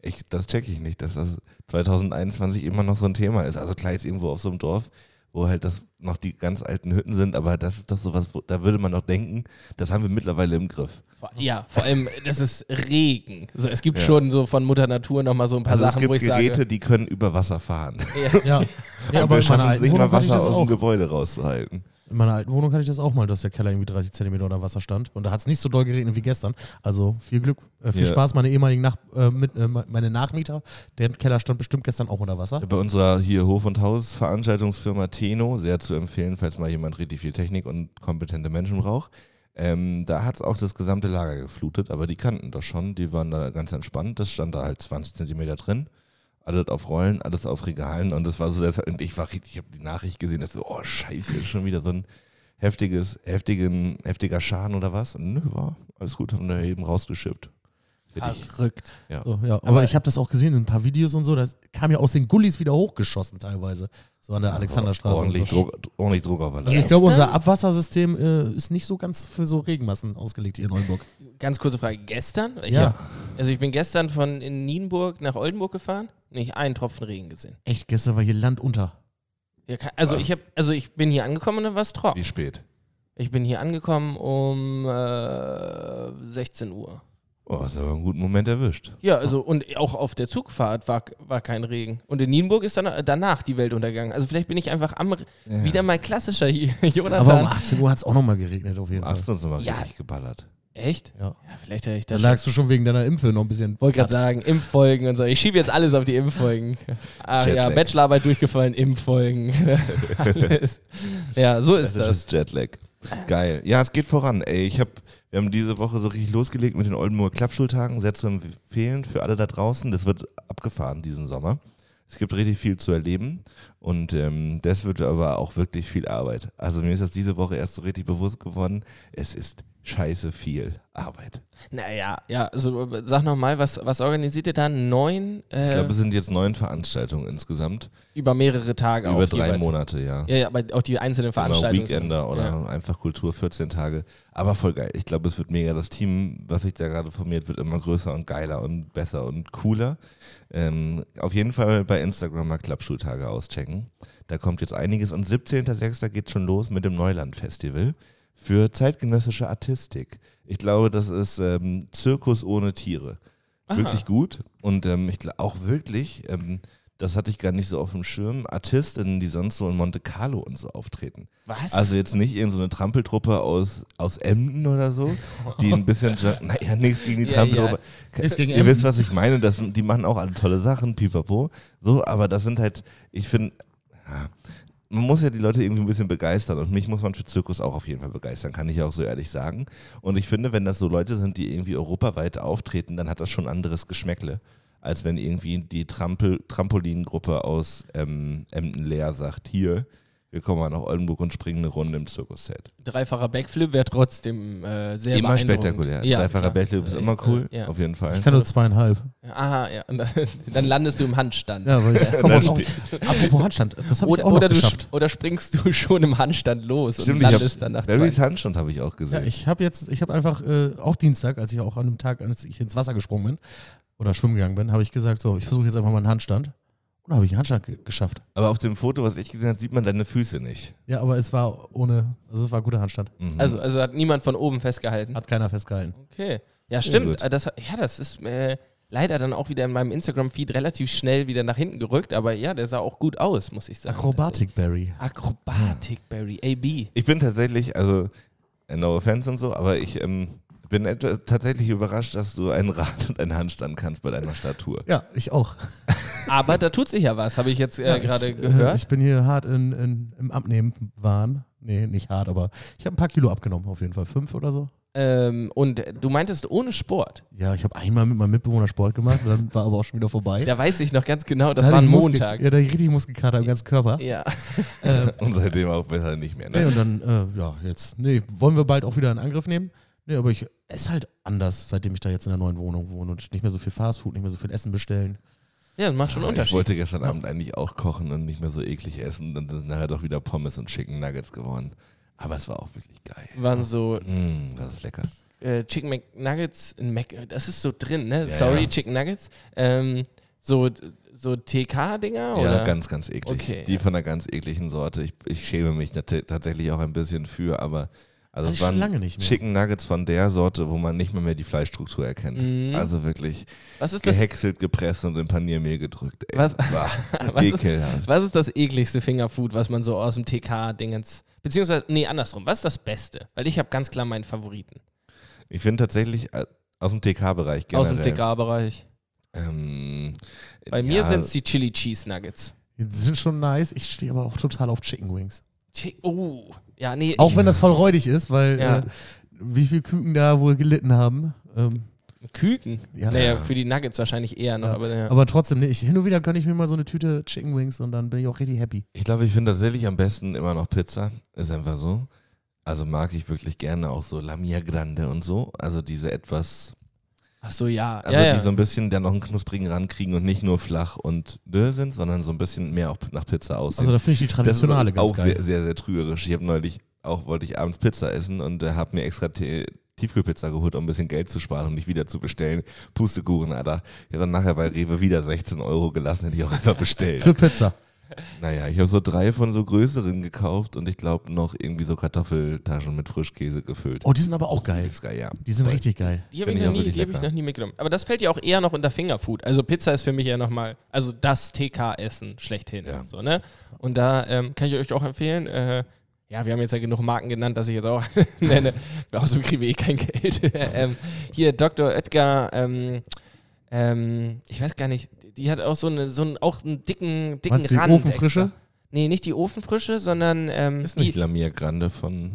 Speaker 3: Ich, das checke ich nicht, dass das 2021 immer noch so ein Thema ist. Also klar, jetzt irgendwo auf so einem Dorf, wo halt das noch die ganz alten Hütten sind, aber das ist doch sowas, wo, da würde man doch denken, das haben wir mittlerweile im Griff.
Speaker 1: Vor, ja, vor allem, das ist Regen. So, es gibt
Speaker 3: Ja.
Speaker 1: schon so von Mutter Natur nochmal so ein paar
Speaker 3: Also es
Speaker 1: Sachen, wo
Speaker 3: gibt
Speaker 1: ich
Speaker 3: Geräte,
Speaker 1: sage.
Speaker 3: die können über Wasser fahren.
Speaker 4: Ja, ja
Speaker 3: Und
Speaker 4: aber
Speaker 3: wir
Speaker 4: in meiner,
Speaker 3: schaffen es
Speaker 4: alten
Speaker 3: nicht
Speaker 4: Wohnung
Speaker 3: mal
Speaker 4: hatte ich
Speaker 3: Wasser
Speaker 4: das
Speaker 3: aus
Speaker 4: auch.
Speaker 3: dem Gebäude rauszuhalten.
Speaker 4: in meiner alten Wohnung hatte ich das auch mal, dass der Keller irgendwie 30 Zentimeter unter Wasser stand. Und da hat es nicht so doll geregnet wie gestern. Also viel Glück, äh, viel
Speaker 3: Ja.
Speaker 4: Spaß, meine ehemaligen Nach äh, mit, äh, meine Nachmieter. Der Keller stand bestimmt gestern auch unter Wasser.
Speaker 3: Bei unserer hier Hof- und Haus-Veranstaltungsfirma Teno, sehr zu empfehlen, falls mal jemand richtig viel Technik und kompetente Menschen braucht. Ähm, da hat es auch das gesamte Lager geflutet, aber die kannten das schon, die waren da ganz entspannt. Das stand da halt 20 Zentimeter drin, alles auf Rollen, alles auf Regalen und das war so sehr, und ich war richtig, ich habe die Nachricht gesehen, dass so, oh scheiße, schon wieder so ein heftiges, heftigen, heftiger Schaden oder was. Und nö, war alles gut, haben da eben rausgeschippt. Fertig.
Speaker 1: Verrückt.
Speaker 4: So, ja. Aber, aber
Speaker 1: Aber-
Speaker 4: ich habe das auch gesehen in ein paar Videos und so. Das kam ja aus den Gullis wieder hochgeschossen teilweise. So an der Alexanderstraße. und so.
Speaker 3: Ordentlich, Druck, ordentlich Druck auf
Speaker 4: Also
Speaker 3: alles.
Speaker 4: ich glaube,
Speaker 1: Gestern?
Speaker 4: unser Abwassersystem äh, ist nicht so ganz für so Regenmassen ausgelegt hier in Oldenburg.
Speaker 1: Ganz kurze Frage. Gestern? Ich
Speaker 4: Ja.
Speaker 1: hab, also ich bin gestern von in Nienburg nach Oldenburg gefahren, nicht einen Tropfen Regen gesehen.
Speaker 4: Echt, gestern war hier Land unter.
Speaker 1: Ja, ke- also, ich hab, also ich bin hier angekommen und dann war es trocken.
Speaker 3: Wie spät?
Speaker 1: Ich bin hier angekommen um äh, 16 Uhr.
Speaker 3: Oh, hast aber einen guten Moment erwischt.
Speaker 1: Ja, also und auch auf der Zugfahrt war, war kein Regen. Und in Nienburg ist dann äh, danach die Welt untergegangen. Also vielleicht bin ich einfach am wieder mal klassischer hier, Jonathan.
Speaker 4: Aber um 18 Uhr hat es auch nochmal geregnet auf jeden
Speaker 3: Um
Speaker 4: Fall.
Speaker 3: 18 Uhr sind wir
Speaker 1: Ja.
Speaker 3: richtig geballert.
Speaker 1: Echt?
Speaker 4: Ja.
Speaker 1: Ja, vielleicht hätte ich
Speaker 4: Da
Speaker 1: das.
Speaker 4: lagst du schon wegen deiner Impfe noch ein bisschen.
Speaker 1: wollte gerade sagen, Impffolgen und so. Ich schiebe jetzt alles auf die Impffolgen. Ach ja,
Speaker 3: Jetlag.
Speaker 1: Bachelorarbeit durchgefallen, Impffolgen. alles. Ja, so ist
Speaker 3: Das
Speaker 1: das.
Speaker 3: ist Jetlag. Geil. Ja, es geht voran. Ey, ich hab, wir haben diese Woche so richtig losgelegt mit den Oldenburger Klappschultagen. Sehr zu empfehlen für alle da draußen. Das wird abgefahren diesen Sommer. Es gibt richtig viel zu erleben und ähm, das wird aber auch wirklich viel Arbeit. Also mir ist das diese Woche erst so richtig bewusst geworden. Es ist scheiße viel Arbeit.
Speaker 1: Naja, ja, also sag nochmal, was, was organisiert ihr da? Neun äh,
Speaker 3: Ich glaube, es sind jetzt neun Veranstaltungen insgesamt.
Speaker 1: über mehrere Tage auch
Speaker 3: über drei
Speaker 1: jeweils.
Speaker 3: Monate, ja.
Speaker 1: Ja, ja, aber auch die einzelnen Veranstaltungen.
Speaker 3: Genau, Weekender oder
Speaker 1: Ja.
Speaker 3: einfach Kultur 14 Tage. Aber voll geil. Ich glaube, es wird mega. Das Team, was sich da gerade formiert, wird immer größer und geiler und besser und cooler. Ähm, auf jeden Fall bei Instagram mal Klappschultage auschecken. Da kommt jetzt einiges. Und 17.06. geht schon los mit dem Neuland-Festival für zeitgenössische Artistik. Ich glaube, das ist ähm, Zirkus ohne Tiere.
Speaker 1: Aha.
Speaker 3: Wirklich gut. Und ähm, ich gl- auch wirklich, ähm, das hatte ich gar nicht so auf dem Schirm, Artistinnen, die sonst so in Monte Carlo und so auftreten.
Speaker 1: Was?
Speaker 3: Also jetzt nicht irgendeine so eine Trampeltruppe aus, aus Emden oder so, die ein bisschen, ja- naja, nichts gegen die
Speaker 1: Ja,
Speaker 3: Trampeltruppe.
Speaker 4: Nichts gegen
Speaker 3: Ihr
Speaker 4: Emden.
Speaker 3: wisst, was ich meine, das, die machen auch alle tolle Sachen, pipapo. So, aber das sind halt, ich finde, ja, man muss ja die Leute irgendwie ein bisschen begeistern und mich muss man für Zirkus auch auf jeden Fall begeistern, kann ich auch so ehrlich sagen. Und ich finde, wenn das so Leute sind, die irgendwie europaweit auftreten, dann hat das schon anderes Geschmäckle, als wenn irgendwie die Trampel Trampolingruppe aus ähm, Emden leer sagt, hier, wir kommen mal nach Oldenburg und springen eine Runde im Zirkusset.
Speaker 1: Dreifacher Backflip wäre trotzdem äh, sehr
Speaker 3: Immer
Speaker 1: beeindruckend.
Speaker 3: spektakulär.
Speaker 1: Ja,
Speaker 3: Dreifacher
Speaker 1: klar.
Speaker 3: Battle ist immer cool,
Speaker 1: Ja.
Speaker 3: auf jeden Fall.
Speaker 4: Ich kann nur zweieinhalb.
Speaker 1: Aha, ja. Und dann, dann landest du im Handstand.
Speaker 4: Ja, weil ich komme
Speaker 3: Da
Speaker 4: aus.
Speaker 3: steht-
Speaker 4: Apropos Handstand, das habe ich
Speaker 1: Oder,
Speaker 4: auch noch
Speaker 1: oder, du,
Speaker 4: geschafft.
Speaker 1: sch- oder springst du schon im Handstand los
Speaker 3: Stimmt,
Speaker 1: und
Speaker 3: ich
Speaker 1: landest dann
Speaker 3: habe
Speaker 1: nach
Speaker 3: Barry's
Speaker 1: zwei.
Speaker 3: Handstand habe ich auch
Speaker 4: Ja,
Speaker 3: gesehen.
Speaker 4: ich habe jetzt, ich habe einfach äh, auch Dienstag, als ich auch an dem Tag, als ich ins Wasser gesprungen bin oder schwimmen gegangen bin, habe ich gesagt, so, ich versuche jetzt einfach mal einen Handstand. Und da habe ich einen Handstand ge geschafft.
Speaker 3: Aber auf dem Foto, was ich gesehen habe, sieht man deine Füße nicht.
Speaker 4: Ja, aber es war ohne, also es war ein guter Handstand.
Speaker 3: Mhm.
Speaker 1: Also, also hat niemand von oben festgehalten.
Speaker 4: Hat keiner festgehalten.
Speaker 1: Okay. Ja, stimmt.
Speaker 3: gut.
Speaker 1: Äh, Das, ja, das ist äh, leider dann auch wieder in meinem Instagram-Feed relativ schnell wieder nach hinten gerückt. Aber ja, der sah auch gut aus, muss ich sagen.
Speaker 4: Akrobatik, Barry.
Speaker 1: tatsächlich. Akrobatik, Barry. AB.
Speaker 3: ich bin tatsächlich, also äh, no offense und so, aber ich ähm, bin etwa, tatsächlich überrascht, dass du einen Rad und einen Handstand kannst bei deiner Statur.
Speaker 4: Ja, ich auch.
Speaker 1: Aber da tut sich ja was, habe ich jetzt äh,
Speaker 4: Ja,
Speaker 1: gerade
Speaker 4: ich, äh,
Speaker 1: gehört.
Speaker 4: Ich bin hier hart in, in, im Abnehmen waren. Nee, nicht hart, aber ich habe ein paar Kilo abgenommen, auf jeden Fall. Fünf oder so.
Speaker 1: Ähm, und äh, du meintest ohne Sport.
Speaker 4: Ja, ich habe einmal mit meinem Mitbewohner Sport gemacht, dann war aber auch schon wieder vorbei.
Speaker 1: Da weiß ich noch ganz genau,
Speaker 4: Da
Speaker 1: das
Speaker 4: hatte
Speaker 1: war ein
Speaker 4: ich Muskel-
Speaker 1: Montag.
Speaker 4: Ja, da hatte ich richtig Muskelkater im ganzen Körper.
Speaker 1: Ja.
Speaker 3: Und seitdem auch besser nicht mehr.
Speaker 4: Nee,
Speaker 3: Ne?
Speaker 4: und dann, äh, ja, jetzt. Nee, wollen wir bald auch wieder in Angriff nehmen? Nee, aber ich esse halt anders, seitdem ich da jetzt in der neuen Wohnung wohne und nicht mehr so viel Fastfood, nicht mehr so viel Essen bestellen.
Speaker 1: Ja, das
Speaker 4: Ah,
Speaker 1: macht schon einen
Speaker 3: Ich
Speaker 1: Unterschied.
Speaker 3: wollte gestern Abend eigentlich auch kochen und nicht mehr so eklig essen. Dann sind nachher doch wieder Pommes und Chicken Nuggets geworden. Aber es war auch wirklich geil.
Speaker 1: Waren so
Speaker 3: Mm, war das lecker.
Speaker 1: äh, Chicken McNuggets, in Mac, das ist so drin, ne?
Speaker 3: Ja,
Speaker 1: Sorry,
Speaker 3: ja.
Speaker 1: Chicken Nuggets. Ähm, So, so TK-Dinger?
Speaker 3: Ja,
Speaker 1: oder?
Speaker 3: ganz, ganz eklig.
Speaker 1: Oh, Okay,
Speaker 3: die
Speaker 1: ja.
Speaker 3: von einer ganz ekligen Sorte. Ich, ich schäme mich nat- tatsächlich auch ein bisschen für, aber also
Speaker 4: Das
Speaker 3: es
Speaker 4: ist schon
Speaker 3: waren
Speaker 4: lange nicht mehr.
Speaker 3: Chicken Nuggets von der Sorte, wo man nicht mal mehr die Fleischstruktur erkennt.
Speaker 1: Mhm.
Speaker 3: Also wirklich
Speaker 1: Was ist das
Speaker 3: gehäckselt, gepresst und in Paniermehl gedrückt. Ey.
Speaker 1: Was-
Speaker 3: Bah,
Speaker 1: Was ist-
Speaker 3: Ekelhaft.
Speaker 1: Was ist das ekligste Fingerfood, was man so aus dem TK-Dingens. Beziehungsweise, nee, andersrum. Was ist das Beste? Weil ich habe ganz klar meinen Favoriten.
Speaker 3: Ich finde tatsächlich äh, aus dem TK-Bereich generell.
Speaker 1: Aus dem TK-Bereich.
Speaker 3: Ähm,
Speaker 1: Bei
Speaker 3: ja,
Speaker 1: mir sind es die Chili Cheese Nuggets.
Speaker 4: Die sind schon nice. Ich stehe aber auch total auf Chicken Wings.
Speaker 1: Chi- Oh. Ja, nee.
Speaker 4: Auch wenn das voll räudig ist, weil
Speaker 1: Ja.
Speaker 4: äh, wie viele Küken da wohl gelitten haben. Ähm,
Speaker 1: ich, Küken.
Speaker 4: Ja.
Speaker 1: Naja, für die Nuggets wahrscheinlich eher noch.
Speaker 4: Ja.
Speaker 1: Aber, ja.
Speaker 4: Aber trotzdem, ne, ich, hin und wieder gönne ich mir mal so eine Tüte Chicken Wings und dann bin ich auch richtig happy.
Speaker 3: Ich glaube, ich finde tatsächlich am besten immer noch Pizza. Ist einfach so. Also mag ich wirklich gerne auch so Lamia Grande und so. Also diese etwas,
Speaker 1: Ach so, ja.
Speaker 3: also
Speaker 1: ja, ja.
Speaker 3: die so ein bisschen dann noch einen knusprigen rankriegen und nicht nur flach und dürr sind, sondern so ein bisschen mehr auch nach Pizza aussehen.
Speaker 4: Also da finde ich die
Speaker 3: das ist
Speaker 4: traditionale ganz
Speaker 3: auch
Speaker 4: geil.
Speaker 3: sehr, sehr, sehr trügerisch. Ich habe neulich auch, wollte ich abends Pizza essen und äh, habe mir extra T- Tiefkühlpizza geholt, um ein bisschen Geld zu sparen und nicht wieder zu bestellen. Pustekuchen, Alter. Ich habe dann nachher bei Rewe wieder 16 Euro gelassen, hätte ich auch einfach bestellt.
Speaker 4: Für Pizza.
Speaker 3: Naja, ich habe so drei von so größeren gekauft und ich glaube noch irgendwie so Kartoffeltaschen mit Frischkäse gefüllt.
Speaker 4: Oh, die sind aber auch geil.
Speaker 3: Ist geil, ja.
Speaker 4: Die sind
Speaker 3: Voll.
Speaker 4: richtig geil.
Speaker 1: Die habe ich,
Speaker 3: Finde ich
Speaker 1: noch
Speaker 3: auch
Speaker 1: nie-
Speaker 3: wirklich
Speaker 1: die hab ich
Speaker 3: lecker.
Speaker 1: noch nie mitgenommen. Aber das fällt ja auch eher noch unter Fingerfood. Also Pizza ist für mich ja nochmal, also das TK-Essen schlechthin.
Speaker 3: Ja.
Speaker 1: So, ne? Und da ähm, kann ich euch auch empfehlen, äh, ja, wir haben jetzt ja genug Marken genannt, dass ich jetzt auch nenne. Außerdem kriegen wir eh kein Geld. ähm, hier, Dr. Oetker, ähm, ähm, ich weiß gar nicht, die hat auch so, eine, so einen, auch einen dicken, dicken
Speaker 4: Meinst du die
Speaker 1: Rand.
Speaker 4: Ofenfrische?
Speaker 1: Extra. Nee, nicht die Ofenfrische, sondern ähm,
Speaker 3: Ist
Speaker 1: die,
Speaker 3: nicht Lamia Grande von,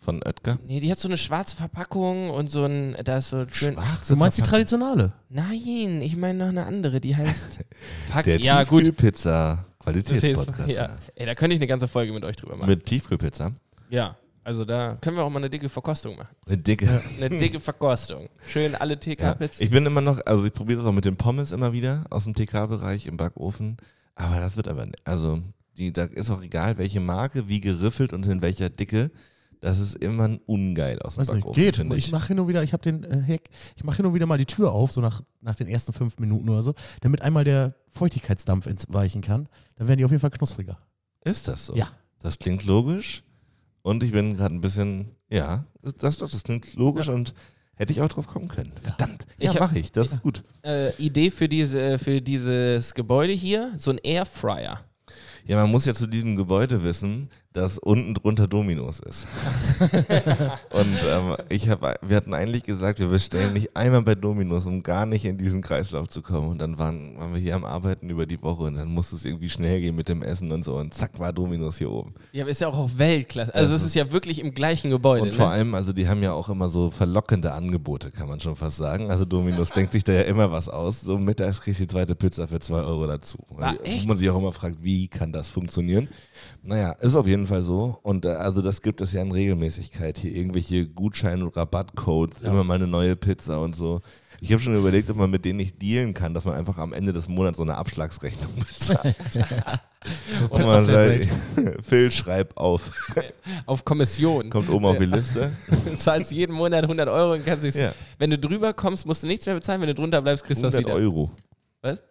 Speaker 3: von Oetker?
Speaker 1: nee, die hat so eine schwarze Verpackung und so ein, da ist so schön.
Speaker 4: Du meinst die traditionale?
Speaker 1: Nein, ich meine noch eine andere, die heißt. Fuck,
Speaker 3: Der
Speaker 1: ja, gut.
Speaker 3: Tiefkühlpizza
Speaker 1: Das ist,
Speaker 3: Qualitätspodcast.
Speaker 1: ja. Ey, da könnte ich eine ganze Folge mit euch drüber machen.
Speaker 3: Mit Tiefkühlpizza.
Speaker 1: ja, also da können wir auch mal eine dicke Verkostung machen.
Speaker 3: Eine dicke.
Speaker 1: Eine dicke Verkostung. Schön alle
Speaker 3: Hm. Ja.
Speaker 1: TK-Pizzen.
Speaker 3: Ich bin immer noch, also ich probiere das auch mit den Pommes immer wieder aus dem TK-Bereich im Backofen. Aber das wird aber, also die, da ist auch egal, welche Marke, wie geriffelt und in welcher Dicke. Das ist immer ein ungeil aus dem
Speaker 4: Weiß nicht,
Speaker 3: Backofen.
Speaker 4: geht.
Speaker 3: finde
Speaker 4: Ich mache hin und wieder, ich habe den äh, Heck, ich mache hin und wieder mal die Tür auf, so nach, nach den ersten fünf Minuten oder so, damit einmal der Feuchtigkeitsdampf entweichen kann. Dann werden die auf jeden Fall knuspriger.
Speaker 3: Ist das so?
Speaker 4: Ja.
Speaker 3: Das klingt logisch. Und ich bin gerade ein bisschen, ja, das- das doch, das klingt logisch und hätte ich auch drauf kommen können. Verdammt. Ja,
Speaker 1: Ich hab-
Speaker 3: mache ich. Das ist gut.
Speaker 1: Äh, Idee für, diese, für dieses Gebäude hier: so ein Airfryer.
Speaker 3: Ja, man muss ja zu diesem Gebäude wissen, dass unten drunter Dominos ist. und ähm, ich habe, wir hatten eigentlich gesagt, wir bestellen nicht einmal bei Dominos, um gar nicht in diesen Kreislauf zu kommen. Und dann waren, waren wir hier am Arbeiten über die Woche und dann musste es irgendwie schnell gehen mit dem Essen und so. Und zack war Dominos hier oben.
Speaker 1: Ja, aber ist ja auch auf Weltklasse. Also, es ist ja wirklich im gleichen Gebäude.
Speaker 3: Und vor
Speaker 1: ne?
Speaker 3: allem, also die haben ja auch immer so verlockende Angebote, kann man schon fast sagen. Also Dominus denkt sich da ja immer was aus. So mittags kriegst du die zweite Pizza für 2 Euro dazu.
Speaker 1: Ah, echt?
Speaker 3: Wo man sich auch immer fragt, wie kann das funktionieren? Naja, ist auf jeden Fall so. Und äh, also das gibt es ja in Regelmäßigkeit. Hier irgendwelche Gutschein- und Rabattcodes, immer mal eine neue Pizza und so. Ich habe schon überlegt, ob man mit denen nicht dealen kann, dass man einfach am Ende des Monats so eine Abschlagsrechnung bezahlt.
Speaker 4: Äh,
Speaker 3: Und man sagt, Phil, schreib auf.
Speaker 1: Auf Kommission.
Speaker 3: Kommt oben auf die Liste.
Speaker 1: Du zahlst jeden Monat 100 Euro und kannst dich.
Speaker 3: Ja.
Speaker 1: Wenn du drüber kommst, musst du nichts mehr bezahlen. Wenn du drunter bleibst, kriegst du was
Speaker 3: 100
Speaker 1: wieder.
Speaker 3: Euro.
Speaker 1: Was?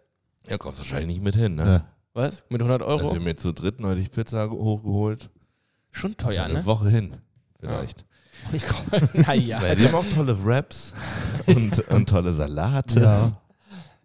Speaker 3: Ja, kommst wahrscheinlich nicht mit hin, ne?
Speaker 4: Ja.
Speaker 1: Was? Mit 100 Euro?
Speaker 3: Also wir haben jetzt zu dritt neulich Pizza ge- hochgeholt.
Speaker 1: Schon
Speaker 3: Das ist
Speaker 1: teuer,
Speaker 3: eine
Speaker 1: ne?
Speaker 3: Woche hin, vielleicht.
Speaker 1: naja.
Speaker 3: Weil die haben auch tolle Wraps und, und tolle Salate.
Speaker 4: Ja.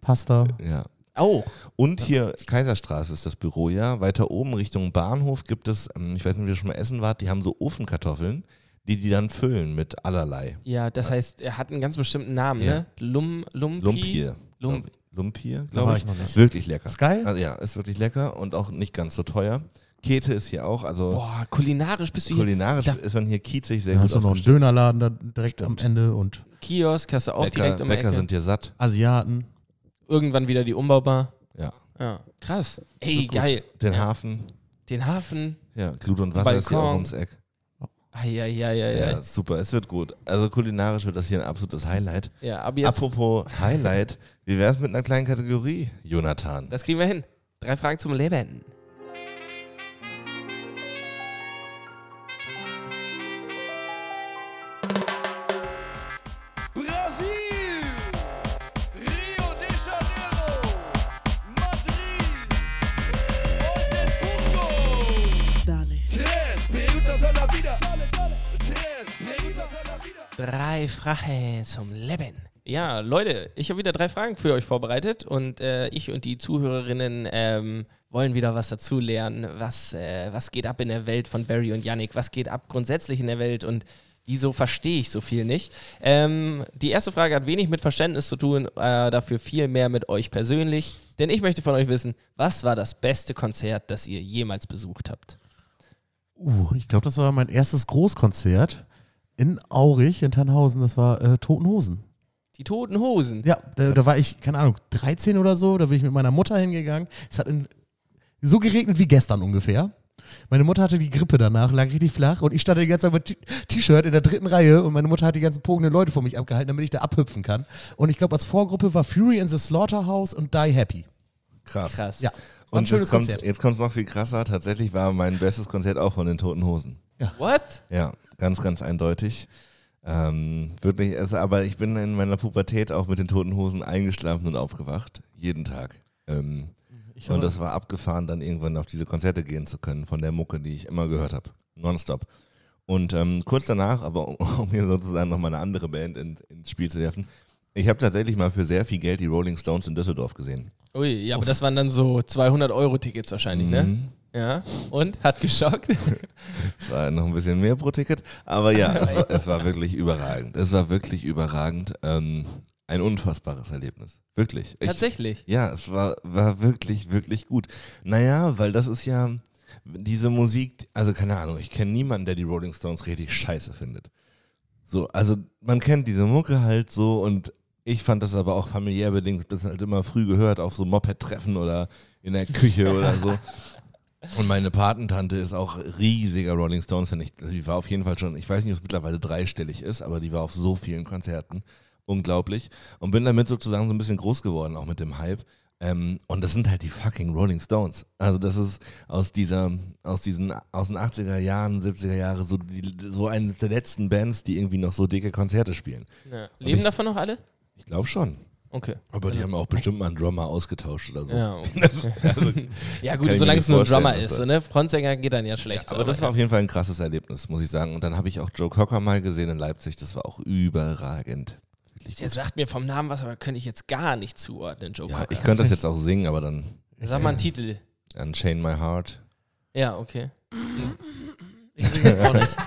Speaker 4: Pasta.
Speaker 3: Ja.
Speaker 1: Auch.
Speaker 3: Und hier Kaiserstraße ist das Büro, ja. Weiter oben Richtung Bahnhof gibt es, ähm, ich weiß nicht, wie ihr schon mal essen wart, die haben so Ofenkartoffeln, die die dann füllen mit allerlei.
Speaker 1: Ja, das heißt, er hat einen ganz bestimmten Namen,
Speaker 3: Ja.
Speaker 1: ne? Lum, Lumpi.
Speaker 3: Lumpier.
Speaker 1: Lump-
Speaker 3: glaub ich. Lumpier,
Speaker 4: war
Speaker 3: glaube ich.
Speaker 4: ich noch nicht.
Speaker 3: Wirklich lecker.
Speaker 4: Ist geil?
Speaker 3: Also, ja, ist wirklich lecker und auch nicht ganz so teuer. Kete ist hier auch, also
Speaker 1: Boah, kulinarisch bist du hier.
Speaker 3: kulinarisch
Speaker 1: Da-
Speaker 3: ist man hier kiezig sehr
Speaker 4: Dann
Speaker 3: gut
Speaker 4: hast du noch einen Dönerladen da direkt am Ende und
Speaker 1: Kiosk hast du auch
Speaker 3: Bäcker,
Speaker 1: direkt um die
Speaker 3: Bäcker
Speaker 1: Ecke.
Speaker 3: sind hier satt.
Speaker 4: Asiaten.
Speaker 1: Irgendwann wieder die Umbaubar.
Speaker 3: Ja.
Speaker 1: Ja, krass. Ey,
Speaker 3: Gut.
Speaker 1: geil.
Speaker 3: Den
Speaker 1: ja.
Speaker 3: Hafen.
Speaker 1: Den Hafen.
Speaker 3: Ja, Glut und Wasser ist hier auch
Speaker 1: Balkon.
Speaker 3: ums Eck. Ja,
Speaker 1: Eieieiei.
Speaker 3: super, es wird gut. Also kulinarisch wird das hier ein absolutes Highlight.
Speaker 1: Ja, aber jetzt,
Speaker 3: Apropos Highlight, wie wär's mit einer kleinen Kategorie, Jonathan?
Speaker 1: das kriegen wir hin. Drei Fragen zum Leben.
Speaker 2: Brasil! Rio de Janeiro!
Speaker 1: Drei Fragen zum Leben. Ja, Leute, ich habe wieder drei Fragen für euch vorbereitet und äh, ich und die Zuhörerinnen ähm, wollen wieder was dazu lernen. Was, äh, was geht ab in der Welt von Barry und Yannick? Was geht ab grundsätzlich in der Welt und wieso verstehe ich so viel nicht? Ähm, die erste Frage hat wenig mit Verständnis zu tun, äh, dafür viel mehr mit euch persönlich. Denn ich möchte von euch wissen, was war das beste Konzert, das ihr jemals besucht habt?
Speaker 4: Uh, ich glaube, das war mein erstes Großkonzert in Aurich, in Tannhausen. Das war äh, Toten Hosen.
Speaker 1: Die Toten Hosen.
Speaker 4: Ja, da, da war ich, keine Ahnung, 13 oder so. Da bin ich mit meiner Mutter hingegangen. Es hat in, so geregnet wie gestern ungefähr. Meine Mutter hatte die Grippe danach, lag richtig flach und ich stand die ganze Zeit mit T- T-Shirt in der dritten Reihe und meine Mutter hat die ganzen pogenden Leute vor mich abgehalten, damit ich da abhüpfen kann. Und ich glaube, als Vorgruppe war Fury in the Slaughterhouse und Die Happy.
Speaker 3: Krass.
Speaker 1: Krass.
Speaker 4: Ja, war ein
Speaker 3: Und
Speaker 4: schönes
Speaker 3: jetzt kommt
Speaker 4: Konzert.
Speaker 3: jetzt kommt's noch viel krasser. Tatsächlich war mein bestes Konzert auch von den Toten Hosen.
Speaker 1: What?
Speaker 3: Ja, ganz, ganz eindeutig. Ähm, wirklich, es, aber ich bin in meiner Pubertät auch mit den Toten Hosen eingeschlafen und aufgewacht. Jeden Tag. Ähm,
Speaker 4: Ich
Speaker 3: und das war abgefahren, dann irgendwann auf diese Konzerte gehen zu können von der Mucke, die ich immer gehört habe. Nonstop. Und ähm, kurz danach, aber um, um hier sozusagen nochmal eine andere Band in, ins Spiel zu werfen, ich habe tatsächlich mal für sehr viel Geld die Rolling Stones in Düsseldorf gesehen.
Speaker 1: Ui, ja, aber das waren dann so 200 Euro Tickets wahrscheinlich, ne?
Speaker 3: Mhm.
Speaker 1: Ja. Und hat geschockt.
Speaker 3: Es war noch ein bisschen mehr pro Ticket, aber ja, es war, es war wirklich überragend. Es war wirklich überragend. Ähm, ein unfassbares Erlebnis. Wirklich. Ich,
Speaker 1: Tatsächlich.
Speaker 3: Ja, es war, war wirklich, wirklich gut. Naja, weil das ist ja diese Musik, also keine Ahnung, ich kenne niemanden, der die Rolling Stones richtig scheiße findet. So, also man kennt diese Mucke halt so und ich fand das aber auch familiär bedingt, das halt immer früh gehört auf so Moped-Treffen oder in der Küche oder so. Und meine Patentante ist auch riesiger Rolling Stones, fan ich, die war auf jeden Fall schon, ich weiß nicht, ob es mittlerweile dreistellig ist, aber die war auf so vielen Konzerten. Unglaublich. Und bin damit sozusagen so ein bisschen groß geworden, auch mit dem Hype. Ähm, und das sind halt die fucking Rolling Stones. Also das ist aus dieser, aus diesen, aus den 80er Jahren, 70er Jahre, so, die, so eine der letzten Bands, die irgendwie noch so dicke Konzerte spielen.
Speaker 1: Ja. Leben
Speaker 3: ich-
Speaker 1: davon noch alle?
Speaker 3: Ich glaube schon.
Speaker 1: Okay.
Speaker 3: Aber die haben auch bestimmt mal einen Drummer ausgetauscht oder so.
Speaker 1: Ja, okay.
Speaker 3: Also,
Speaker 1: ja
Speaker 3: Kann
Speaker 1: gut, solange es
Speaker 3: ich mir
Speaker 1: nur ein
Speaker 3: nicht vorstellen,
Speaker 1: Drummer
Speaker 3: dass
Speaker 1: ist.
Speaker 3: er-
Speaker 1: So, ne? Frontsänger geht dann ja schlecht. so,
Speaker 3: aber das war auf jeden Fall ein krasses Erlebnis, muss ich sagen. Und dann habe ich auch Joe Cocker mal gesehen in Leipzig. Das war auch überragend. Wirklich
Speaker 1: Der
Speaker 3: gut.
Speaker 1: sagt mir vom Namen was, aber könnte ich jetzt gar nicht zuordnen, Joe
Speaker 3: Ja,
Speaker 1: Cocker.
Speaker 3: ich könnte das jetzt auch singen, aber dann
Speaker 1: Sag mal einen Titel.
Speaker 3: Unchain My Heart.
Speaker 1: Ja, okay.
Speaker 4: ich singe jetzt auch nicht.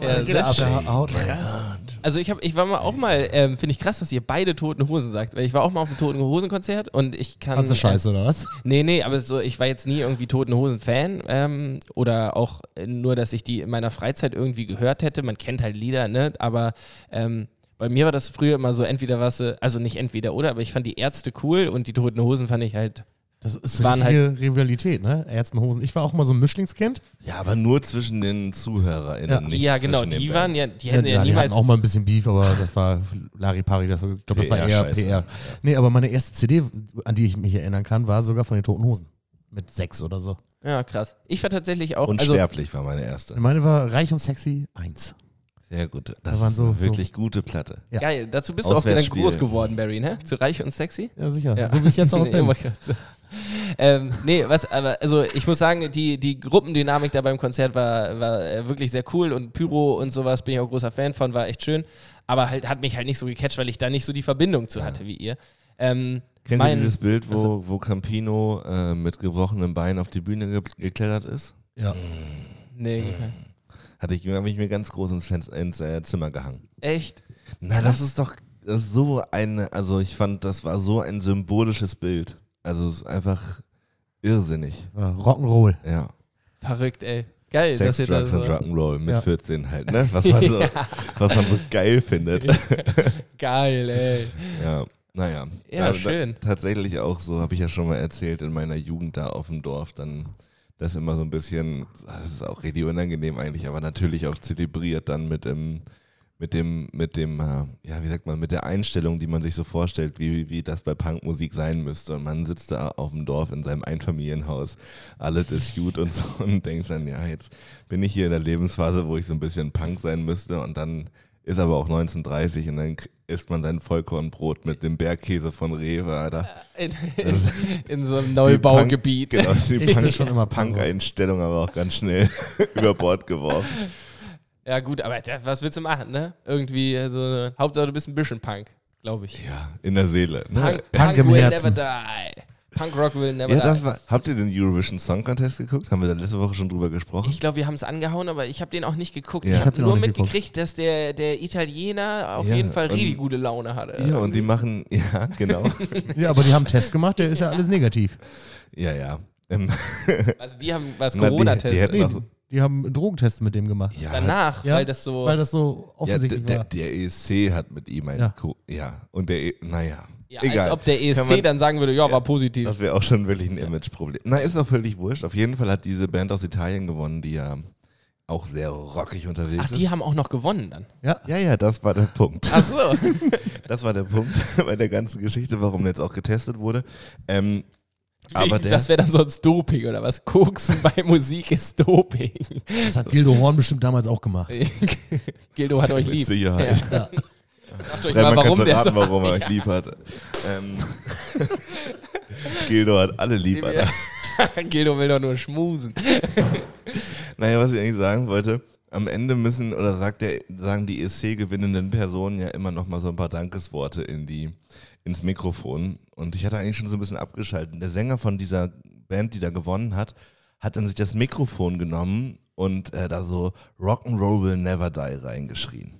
Speaker 1: Ja, sehr
Speaker 4: ab,
Speaker 1: schön.
Speaker 4: da haut rein. Ah,
Speaker 1: Also ich habe, ich war mal auch mal, ähm, finde ich krass, dass ihr beide Toten Hosen sagt, weil ich war auch mal auf einem Toten Hosen Konzert und ich kann.
Speaker 4: Kannst du also Scheiße oder was?
Speaker 1: Nee, nee, aber so, ich war jetzt nie irgendwie Toten Hosen-Fan ähm, oder auch äh, nur, dass ich die in meiner Freizeit irgendwie gehört hätte. Man kennt halt Lieder, ne? Aber ähm, bei mir war das früher immer so, entweder was, also nicht entweder oder, aber ich fand die Ärzte cool und die Toten Hosen fand ich halt.
Speaker 4: Das ist
Speaker 1: Waren halt
Speaker 4: eine richtige Rivalität, ne? Ärztenhosen. Ich war auch mal so ein Mischlingskind.
Speaker 3: Ja, aber nur zwischen den ZuhörerInnen.
Speaker 4: Ja.
Speaker 3: nicht
Speaker 1: ja, genau,
Speaker 3: zwischen den
Speaker 1: die waren
Speaker 3: Bands.
Speaker 1: ja, die hätten ja,
Speaker 4: die hatten
Speaker 1: niemals.
Speaker 4: auch mal ein bisschen Beef, aber das war Laripari. Das, ich glaube, das war
Speaker 3: PR
Speaker 4: eher
Speaker 3: Scheiße.
Speaker 4: PR. Nee, aber meine erste CD, an die ich mich erinnern kann, war sogar von den Toten Hosen. Mit sechs oder so.
Speaker 1: ja, krass. Ich war tatsächlich auch. also,
Speaker 3: Unsterblich war meine erste.
Speaker 4: Meine war Reich und Sexy eins.
Speaker 3: Sehr gut. Das
Speaker 4: waren
Speaker 3: ist
Speaker 4: so-
Speaker 3: eine
Speaker 4: so-
Speaker 3: wirklich gute Platte.
Speaker 4: Ja.
Speaker 1: Geil, dazu bist du auch wieder
Speaker 3: Auswärtsspiel.
Speaker 1: groß geworden, Barry, ne? Zu reich und sexy?
Speaker 4: Ja, sicher. So wie ich jetzt auch
Speaker 1: Nee,
Speaker 4: bin.
Speaker 1: wollte ich grad sagen. ähm, nee, was, aber also ich muss sagen, die, die Gruppendynamik da beim Konzert war, war äh, wirklich sehr cool und Pyro und sowas bin ich auch großer Fan von, war echt schön. Aber halt hat mich halt nicht so gecatcht, weil ich da nicht so die Verbindung zu hatte wie ihr. Ähm,
Speaker 3: Kennt ihr
Speaker 1: mein-
Speaker 3: dieses Bild, wo, wo Campino äh, mit gebrochenem Bein auf die Bühne ge geklettert ist?
Speaker 4: Ja.
Speaker 1: Nee,
Speaker 4: Mhm.
Speaker 3: Hatte ich, habe ich mir ganz groß ins, Fenster, ins äh, Zimmer gehangen.
Speaker 1: echt?
Speaker 3: Na, das ist doch das ist so eine, also ich fand, das war so ein symbolisches Bild. Also es ist einfach irrsinnig.
Speaker 4: War Rock'n'Roll.
Speaker 3: Ja.
Speaker 1: Verrückt, ey. Geil,
Speaker 3: Sex,
Speaker 1: dass ihr das
Speaker 3: Drugs
Speaker 1: so,
Speaker 3: und Rock'n'Roll mit
Speaker 4: Ja.
Speaker 3: 14 halt, ne? Was man so, was man so geil findet.
Speaker 1: Geil, ey.
Speaker 3: ja. Naja.
Speaker 1: Ja, schön.
Speaker 3: tatsächlich auch so, habe ich ja schon mal erzählt, in meiner Jugend da auf dem Dorf, dann das immer so ein bisschen, das ist auch richtig unangenehm eigentlich, aber natürlich auch zelebriert dann mit dem, mit dem, mit dem, äh, ja, wie sagt man, mit der Einstellung, die man sich so vorstellt, wie, wie das bei Punkmusik sein müsste. Und man sitzt da auf dem Dorf in seinem Einfamilienhaus, alles ist gut und so und denkt dann, ja, jetzt bin ich hier in der Lebensphase, wo ich so ein bisschen Punk sein müsste und dann ist aber auch 1930 und dann k- isst man sein Vollkornbrot mit dem Bergkäse von Rewe, Alter.
Speaker 1: In,
Speaker 3: Das ist-
Speaker 1: in so einem
Speaker 3: Also, die
Speaker 1: Neubaugebiet.
Speaker 3: Punk, genau, die
Speaker 4: Ich bin
Speaker 3: Punk,
Speaker 4: schon immer Punk.
Speaker 3: Punk-Einstellung, aber auch ganz schnell über Bord geworfen.
Speaker 1: Ja, gut, aber da- was willst du machen, ne? Irgendwie, also, Hauptsache du bist ein bisschen Punk, glaube ich.
Speaker 3: Ja, in der Seele. ne?
Speaker 1: Punk,
Speaker 4: Punk im
Speaker 1: will
Speaker 4: Herzen.
Speaker 1: never die. Punk Rock will never
Speaker 3: ja, das
Speaker 1: die.
Speaker 3: war, habt ihr den Eurovision Song Contest geguckt? Haben wir da letzte Woche schon drüber gesprochen?
Speaker 1: Ich glaube, wir haben es angehauen, aber ich habe den auch nicht geguckt.
Speaker 3: Ja.
Speaker 1: Ich
Speaker 3: Ich
Speaker 4: hab
Speaker 1: habe
Speaker 4: den
Speaker 1: nur
Speaker 4: auch nicht
Speaker 1: mitgekriegt, dass der, der Italiener auf
Speaker 3: Ja,
Speaker 1: jeden Fall
Speaker 3: und-
Speaker 1: richtig gute Laune hatte.
Speaker 4: äh,
Speaker 3: ja, und die machen, ja, genau.
Speaker 4: Ja, aber die haben einen Test gemacht, der ist ja alles negativ.
Speaker 3: ja, ja. Ähm,
Speaker 1: also die haben was
Speaker 3: Na, die- die
Speaker 1: Corona-Test
Speaker 3: hätten-
Speaker 4: Nee, die, die haben einen Drogentest mit dem gemacht.
Speaker 3: ja,
Speaker 1: danach,
Speaker 4: Ja,
Speaker 1: weil das so.
Speaker 4: Weil das so
Speaker 3: ja der,
Speaker 4: offensichtlich
Speaker 3: der,
Speaker 4: war.
Speaker 3: der ESC hat mit ihm ein,
Speaker 4: Ja.
Speaker 3: ja, ja und der, E- naja,
Speaker 1: ja,
Speaker 3: egal.
Speaker 1: als ob der ESC
Speaker 3: Kann man-
Speaker 1: dann sagen würde, ja, war positiv.
Speaker 3: Das wäre auch schon wirklich ein Imageproblem. Na, ist auch völlig wurscht. Auf jeden Fall hat diese Band aus Italien gewonnen, die ja auch sehr rockig unterwegs
Speaker 1: Ach,
Speaker 3: ist.
Speaker 1: die haben auch noch gewonnen dann.
Speaker 4: Ja,
Speaker 3: ja, ja, das war der Punkt.
Speaker 1: Ach so.
Speaker 3: Das war der Punkt bei der ganzen Geschichte, warum jetzt auch getestet wurde. Ähm, aber der,
Speaker 1: das wäre dann sonst Doping oder was? Koksen bei Musik ist Doping.
Speaker 4: das hat Gildo Horn bestimmt damals auch gemacht.
Speaker 1: Gildo hat euch
Speaker 3: Mit
Speaker 1: lieb.
Speaker 3: Sicherheit.
Speaker 1: Ja. Sagt euch
Speaker 3: Ja,
Speaker 1: mal,
Speaker 3: man
Speaker 1: warum
Speaker 3: kann's
Speaker 1: der
Speaker 3: raten,
Speaker 1: so.
Speaker 3: warum er euch lieb hat. Ähm, Gildo hat alle lieb. Alter.
Speaker 1: Gildo will doch nur schmusen.
Speaker 3: Naja, was ich eigentlich sagen wollte, am Ende müssen, oder sagt der, sagen die ESC-gewinnenden Personen ja immer noch mal so ein paar Dankesworte in die, ins Mikrofon. Und ich hatte eigentlich schon so ein bisschen abgeschaltet. Der Sänger von dieser Band, die da gewonnen hat, hat dann sich das Mikrofon genommen und äh, da so Rock'n'Roll will never die reingeschrien.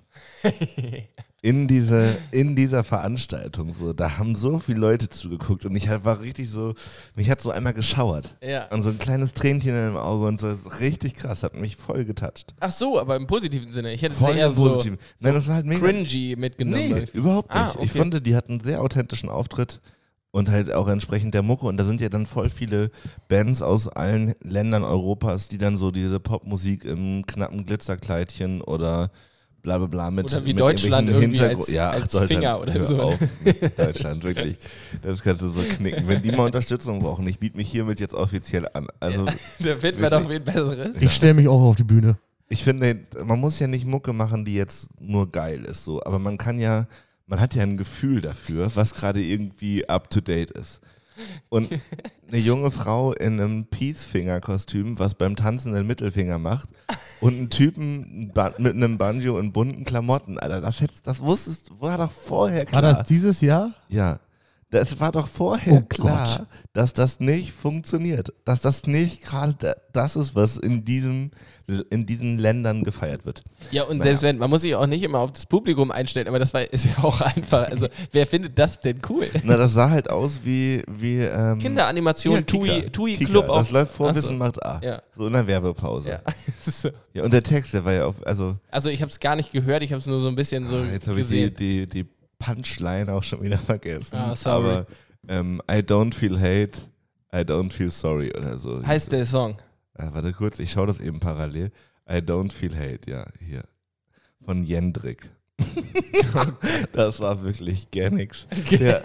Speaker 3: in, diese, in dieser Veranstaltung. So, da haben so viele Leute zugeguckt und ich halt war richtig so, mich hat so einmal geschauert.
Speaker 1: Ja.
Speaker 3: Und so ein kleines Tränchen in dem Auge und so, das ist richtig krass, hat mich voll getatscht.
Speaker 1: Ach so, aber im positiven Sinne. Ich hätte es
Speaker 3: Voll
Speaker 1: eher so
Speaker 3: positiv. Nein, das war halt mega.
Speaker 1: cringy mitgenommen.
Speaker 3: Nee, überhaupt nicht.
Speaker 1: Ah,
Speaker 3: Ich
Speaker 1: okay.
Speaker 3: fand, die hatten einen sehr authentischen Auftritt und halt auch entsprechend der Mucke. Und da sind ja dann voll viele Bands aus allen Ländern Europas, die dann so diese Popmusik im knappen Glitzerkleidchen oder bla bla bla mit,
Speaker 1: Oder wie
Speaker 3: mit
Speaker 1: Deutschland
Speaker 3: irgendwelchen
Speaker 1: irgendwie
Speaker 3: Hintergrund-
Speaker 1: als-
Speaker 3: ja, ach,
Speaker 1: als
Speaker 3: Deutschland,
Speaker 1: Finger oder
Speaker 3: hör
Speaker 1: so.
Speaker 3: Auf mit Deutschland, wirklich. Das kannst du so knicken. Wenn die mal Unterstützung brauchen, ich biete mich hiermit jetzt offiziell an. Also
Speaker 1: Da finden wir doch wen Besseres.
Speaker 4: Ich stelle mich auch auf die Bühne.
Speaker 3: ich finde, man muss ja nicht Mucke machen, die jetzt nur geil ist, so. Aber man kann ja, man hat ja ein Gefühl dafür, was gerade irgendwie up to date ist. Und eine junge Frau in einem Peacefinger-Kostüm, was beim Tanzen den Mittelfinger macht, und einen Typen ba- mit einem Banjo in bunten Klamotten, Alter, das, hättest, das wusstest, war doch vorher
Speaker 4: War
Speaker 3: klar.
Speaker 4: das dieses Jahr?
Speaker 3: Ja. Das war doch vorher
Speaker 4: Oh
Speaker 3: klar,
Speaker 4: Gott.
Speaker 3: dass das nicht funktioniert. Dass das nicht gerade da- das ist, was in, diesem, in diesen Ländern gefeiert wird.
Speaker 1: Ja, und
Speaker 3: Naja.
Speaker 1: selbst wenn, man muss sich auch nicht immer auf das Publikum einstellen, aber das war, ist ja auch einfach. Also, wer findet das denn cool?
Speaker 3: Na, das sah halt aus wie. wie ähm,
Speaker 1: Kinderanimation,
Speaker 3: ja, Kika.
Speaker 1: Tui, Tui
Speaker 3: Kika.
Speaker 1: Club
Speaker 3: Das
Speaker 1: auf.
Speaker 3: läuft vor,
Speaker 1: Ach so.
Speaker 3: Wissen macht A.
Speaker 1: Ja.
Speaker 3: So in der Werbepause.
Speaker 1: Ja.
Speaker 3: Ja.
Speaker 1: So.
Speaker 3: und der Text, der war ja auf. Also,
Speaker 1: Also, ich habe es gar nicht gehört, ich habe es nur so ein bisschen so
Speaker 3: ah, jetzt habe ich die,
Speaker 1: Also gesehen.
Speaker 3: die, die Punchline auch schon wieder vergessen.
Speaker 1: Ah, sorry.
Speaker 3: Aber ähm, I don't feel hate, I don't feel sorry oder so.
Speaker 1: Heißt der Song.
Speaker 3: Ah, warte kurz, ich schaue das eben parallel. I don't feel hate, ja, hier. Von Jendrik. das war wirklich gar nix. Der,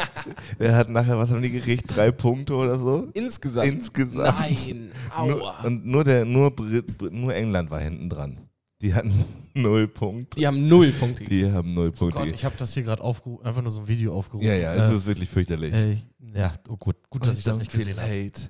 Speaker 3: der hat nachher, was haben die gekriegt? Drei Punkte oder so?
Speaker 1: Insgesamt.
Speaker 3: Insgesamt.
Speaker 1: Nein,
Speaker 3: Nur,
Speaker 1: aua.
Speaker 3: und nur, der, nur, Brit, Brit- nur England war hinten dran. Die hatten null Punkte.
Speaker 1: Die haben null Punkte.
Speaker 3: Die haben null Punkte.
Speaker 4: Oh Gott, ich habe das hier gerade aufgerufen, einfach nur so ein Video aufgerufen.
Speaker 3: ja, ja, es ist wirklich fürchterlich.
Speaker 4: äh, äh, ja, oh gut, gut, dass ich das nicht
Speaker 3: I don't feel
Speaker 4: gesehen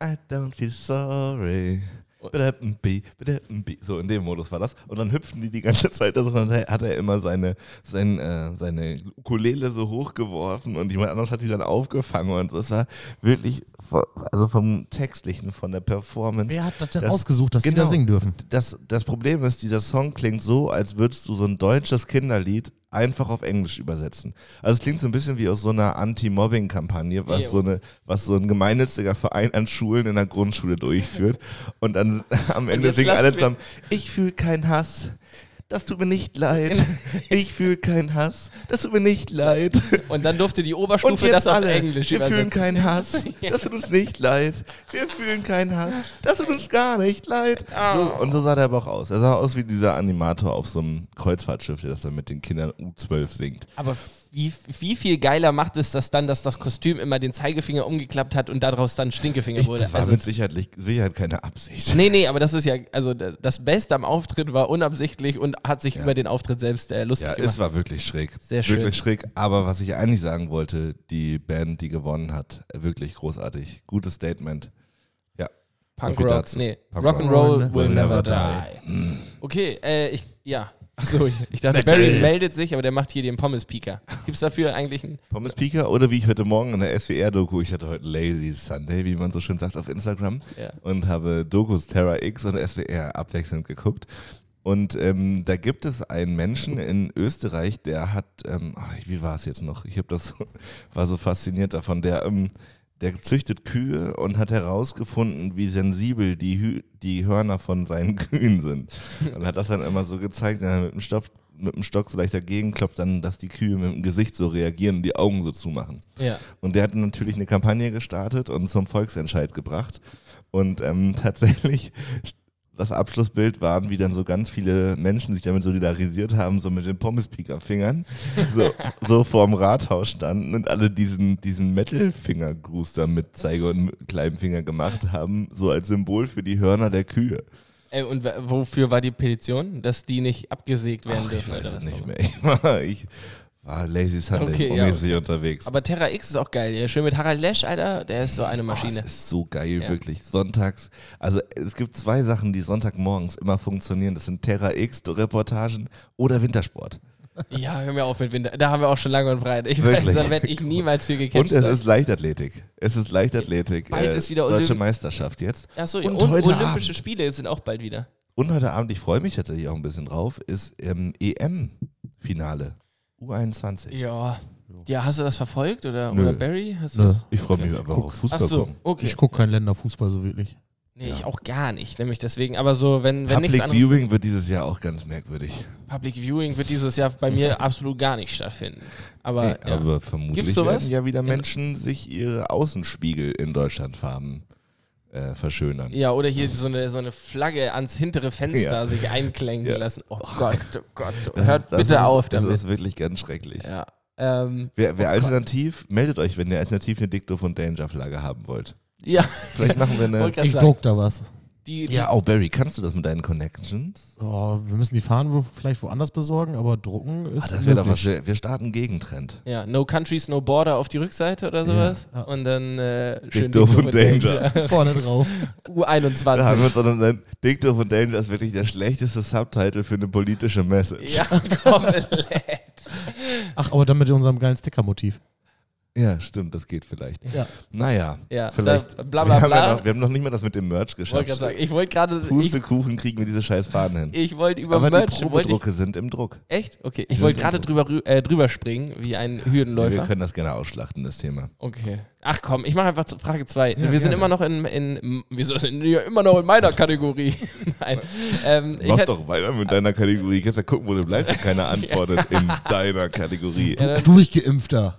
Speaker 4: habe.
Speaker 3: Hate. I don't feel sorry.
Speaker 4: Oh.
Speaker 3: Badabumbi, badabumbi. So in dem Modus war das. Und dann hüpften die die ganze Zeit. Also dann hat er immer seine, sein, äh, seine Ukulele so hochgeworfen und jemand anderes hat die dann aufgefangen. Und das war wirklich, vo- also vom Textlichen, von der Performance.
Speaker 4: Wer hat das denn
Speaker 3: Das-
Speaker 4: ausgesucht, dass die da
Speaker 3: genau.
Speaker 4: singen dürfen?
Speaker 3: Das, das Problem ist, dieser Song klingt so, als würdest du so ein deutsches Kinderlied einfach auf Englisch übersetzen. Also es klingt so ein bisschen wie aus so einer Anti-Mobbing-Kampagne, was,
Speaker 1: Jo.
Speaker 3: so eine, was so ein gemeinnütziger Verein an Schulen in der Grundschule durchführt. Und dann am Ende
Speaker 1: jetzt
Speaker 3: singen
Speaker 1: lassen
Speaker 3: alle
Speaker 1: wir-
Speaker 3: zusammen, ich fühle keinen Hass. Das tut mir nicht leid. Ich fühle keinen Hass. Das tut mir nicht leid.
Speaker 1: Und dann durfte die Oberstufe
Speaker 3: Und jetzt
Speaker 1: das auf
Speaker 3: alle.
Speaker 1: Englisch
Speaker 3: wir fühlen
Speaker 1: übersetzen.
Speaker 3: keinen Hass. Das tut uns nicht leid. Wir fühlen keinen Hass. Das tut uns gar nicht leid.
Speaker 1: Ah.
Speaker 3: So, und so sah der aber auch aus. Er sah aus wie dieser Animator auf so einem Kreuzfahrtschiff, der das dann mit den Kindern U12 singt.
Speaker 1: Aber wie, wie viel geiler macht es das dann, dass das Kostüm immer den Zeigefinger umgeklappt hat und daraus dann Stinkefinger
Speaker 3: Ich,
Speaker 1: wurde?
Speaker 3: das war
Speaker 1: also,
Speaker 3: mit Sicherheit, Sicherheit keine Absicht.
Speaker 1: nee, nee, aber das ist ja, also d- das Beste am Auftritt war unabsichtlich und hat sich über den Auftritt selbst äh, lustig
Speaker 3: Ja,
Speaker 1: gemacht.
Speaker 3: es war wirklich schräg.
Speaker 1: Sehr schön.
Speaker 3: Wirklich schräg. Aber was ich eigentlich sagen wollte, die Band, die gewonnen hat, wirklich großartig. Gutes Statement. Ja.
Speaker 1: Punk
Speaker 3: So viel
Speaker 1: Rock,
Speaker 3: dazu.
Speaker 1: nee,
Speaker 3: Punk
Speaker 1: Rock'n'Roll
Speaker 4: Rock.
Speaker 1: will
Speaker 3: Will
Speaker 1: never
Speaker 3: never
Speaker 1: die. Okay, äh, ich Ja. Achso, ich- ich dachte, Barry meldet sich, aber der macht hier den Pommes-Pieker. Gibt es dafür eigentlich einen.
Speaker 3: Pommes Pika oder wie ich heute Morgen in der SWR-Doku, ich hatte heute Lazy Sunday, wie man so schön sagt auf Instagram,
Speaker 1: Ja.
Speaker 3: und habe Dokus Terra X und SWR abwechselnd geguckt. Und ähm, da gibt es einen Menschen in Österreich, der hat, ähm, ach, wie war es jetzt noch? Ich habe das so, war so fasziniert davon. Der, ähm, der züchtet Kühe und hat herausgefunden, wie sensibel die, Hü die Hörner von seinen Kühen sind. Und hat das dann immer so gezeigt, wenn er mit dem Stock, mit dem Stock so leicht dagegen klopft, dann, dass die Kühe mit dem Gesicht so reagieren und die Augen so zumachen.
Speaker 1: Ja.
Speaker 3: Und der hat natürlich eine Kampagne gestartet und zum Volksentscheid gebracht. Und ähm, tatsächlich, das Abschlussbild waren, wie dann so ganz viele Menschen sich damit solidarisiert haben, so mit den Pommespiker-Fingern, so, so vorm Rathaus standen und alle diesen, diesen Metal-Fingergruß da mit Zeige und mit kleinem Finger gemacht haben, so als Symbol für die Hörner der Kühe.
Speaker 1: Äh, und w- wofür war die Petition? Dass die nicht abgesägt werden
Speaker 3: Ach, ich
Speaker 1: dürfen. oder
Speaker 3: weiß
Speaker 1: was?
Speaker 3: es nicht mehr. Ich war, ich war Lazy Sunday
Speaker 1: Okay, ja,
Speaker 3: mäßig unterwegs.
Speaker 1: Aber Terra X ist auch geil. Ja, schön mit Harald Lesch, Alter. Der ist so eine Maschine.
Speaker 3: Oh, das ist so geil,
Speaker 1: Ja.
Speaker 3: wirklich. Sonntags. Also es gibt zwei Sachen, die Sonntagmorgens immer funktionieren. Das sind Terra X-Reportagen oder Wintersport.
Speaker 1: ja, hör mir auf mit Winter. Da haben wir auch schon lange und breit. Ich weiß,
Speaker 3: Wirklich.
Speaker 1: da werde ich niemals für
Speaker 3: Und
Speaker 1: gecatcht.
Speaker 3: es
Speaker 1: sein.
Speaker 3: ist Leichtathletik. Es ist Leichtathletik. äh,
Speaker 1: Bald ist wieder
Speaker 3: Deutsche
Speaker 1: Olymp-
Speaker 3: Meisterschaft jetzt.
Speaker 1: Ach so,
Speaker 3: und
Speaker 1: ja, und,
Speaker 3: heute
Speaker 1: Olympische Spiele sind auch bald wieder.
Speaker 3: Und heute Abend, ich freue mich tatsächlich auch ein bisschen drauf, ist ähm, EM-Finale. U21.
Speaker 1: Ja. Ja, hast du das verfolgt oder,
Speaker 3: Nö.
Speaker 1: oder Barry? Hast du
Speaker 4: Nö.
Speaker 1: das?
Speaker 3: Ich freue
Speaker 1: Okay.
Speaker 3: mich einfach auf Fußball
Speaker 1: Ach so,
Speaker 3: gucken.
Speaker 1: okay.
Speaker 4: Ich gucke keinen Länderfußball so wirklich.
Speaker 1: Nee, ich auch gar nicht. Nämlich deswegen, aber so, wenn, wenn nichts
Speaker 3: Public
Speaker 1: anderes.
Speaker 3: Viewing wird dieses Jahr auch ganz merkwürdig.
Speaker 1: Public Viewing wird dieses Jahr bei mir absolut gar nicht stattfinden. Aber,
Speaker 3: Nee,
Speaker 1: Ah, ja.
Speaker 3: Aber vermutlich
Speaker 1: Gibt's sowas?
Speaker 3: werden ja wieder Menschen sich ihre Außenspiegel in Deutschlandfarben äh, verschönern.
Speaker 1: ja, oder hier so eine, so eine Flagge ans hintere Fenster
Speaker 3: Ja.
Speaker 1: sich einklemmen
Speaker 3: Ja.
Speaker 1: lassen. Oh Gott, oh Gott, oh,
Speaker 3: Das
Speaker 1: hört
Speaker 3: ist- das
Speaker 1: bitte
Speaker 3: ist,
Speaker 1: auf
Speaker 3: Das
Speaker 1: damit.
Speaker 3: ist wirklich ganz schrecklich.
Speaker 1: Ja. Ähm,
Speaker 3: Wer, wer alternativ, meldet euch, wenn ihr alternativ eine Dicto von Danger Flagge haben wollt.
Speaker 1: ja,
Speaker 3: Vielleicht machen wir eine.
Speaker 1: wollte gerade
Speaker 4: Ich
Speaker 1: sagen.
Speaker 4: druck da was.
Speaker 1: Die, die,
Speaker 3: Ne. Ja, oh Barry, kannst du das mit deinen Connections?
Speaker 4: Oh, wir müssen die Fahnen wo, vielleicht woanders besorgen, aber drucken ist.
Speaker 3: Ah, das wäre doch was.
Speaker 4: möglich.
Speaker 3: Wir wir starten Gegentrend.
Speaker 1: ja, No Countries, No Border auf die Rückseite oder sowas.
Speaker 4: Ja.
Speaker 1: Und dann äh, schön Dicto
Speaker 3: Dicto von
Speaker 1: von
Speaker 3: Danger.
Speaker 4: Vorne drauf.
Speaker 1: U21.
Speaker 3: Da haben wir sondern Dicto von Danger ist wirklich der schlechteste Subtitle für eine politische Message.
Speaker 1: Ja, komplett.
Speaker 4: Ach, aber dann mit unserem geilen Stickermotiv.
Speaker 3: ja stimmt, das geht vielleicht.
Speaker 4: Ja.
Speaker 3: Naja,
Speaker 1: Ja,
Speaker 3: vielleicht.
Speaker 1: da- bla, bla,
Speaker 3: wir, haben
Speaker 1: bla.
Speaker 3: Ja noch, wir haben noch nicht mal das mit dem Merch
Speaker 1: Wollte
Speaker 3: geschafft.
Speaker 1: gerade sagen, ich wollte gerade. Ich,
Speaker 3: Pustekuchen kriegen wir diese scheiß Fahnen hin.
Speaker 1: ich wollte über
Speaker 3: Aber
Speaker 1: Merch.
Speaker 3: die
Speaker 1: Wollte ich,
Speaker 3: Probedrucke sind im Druck.
Speaker 1: echt? Okay. Ich
Speaker 3: sind
Speaker 1: wollte gerade
Speaker 3: so.
Speaker 1: drüber, rü- äh, drüber springen, wie ein
Speaker 3: Wir
Speaker 1: Hürdenläufer.
Speaker 3: können das gerne ausschlachten, das Thema.
Speaker 1: Okay. Ach komm, ich mache einfach zu- Frage 2. wir
Speaker 3: gerne.
Speaker 1: sind immer noch in, in wir sind ja immer noch in meiner Kategorie. Nein. Ähm, ich
Speaker 3: Mach
Speaker 1: hätt-
Speaker 3: doch weiter mit deiner Kategorie. Kannst ja gucken, wo du bleibst, wenn keiner antwortet in deiner Kategorie.
Speaker 1: Ja, dann-
Speaker 4: Durchgeimpfter.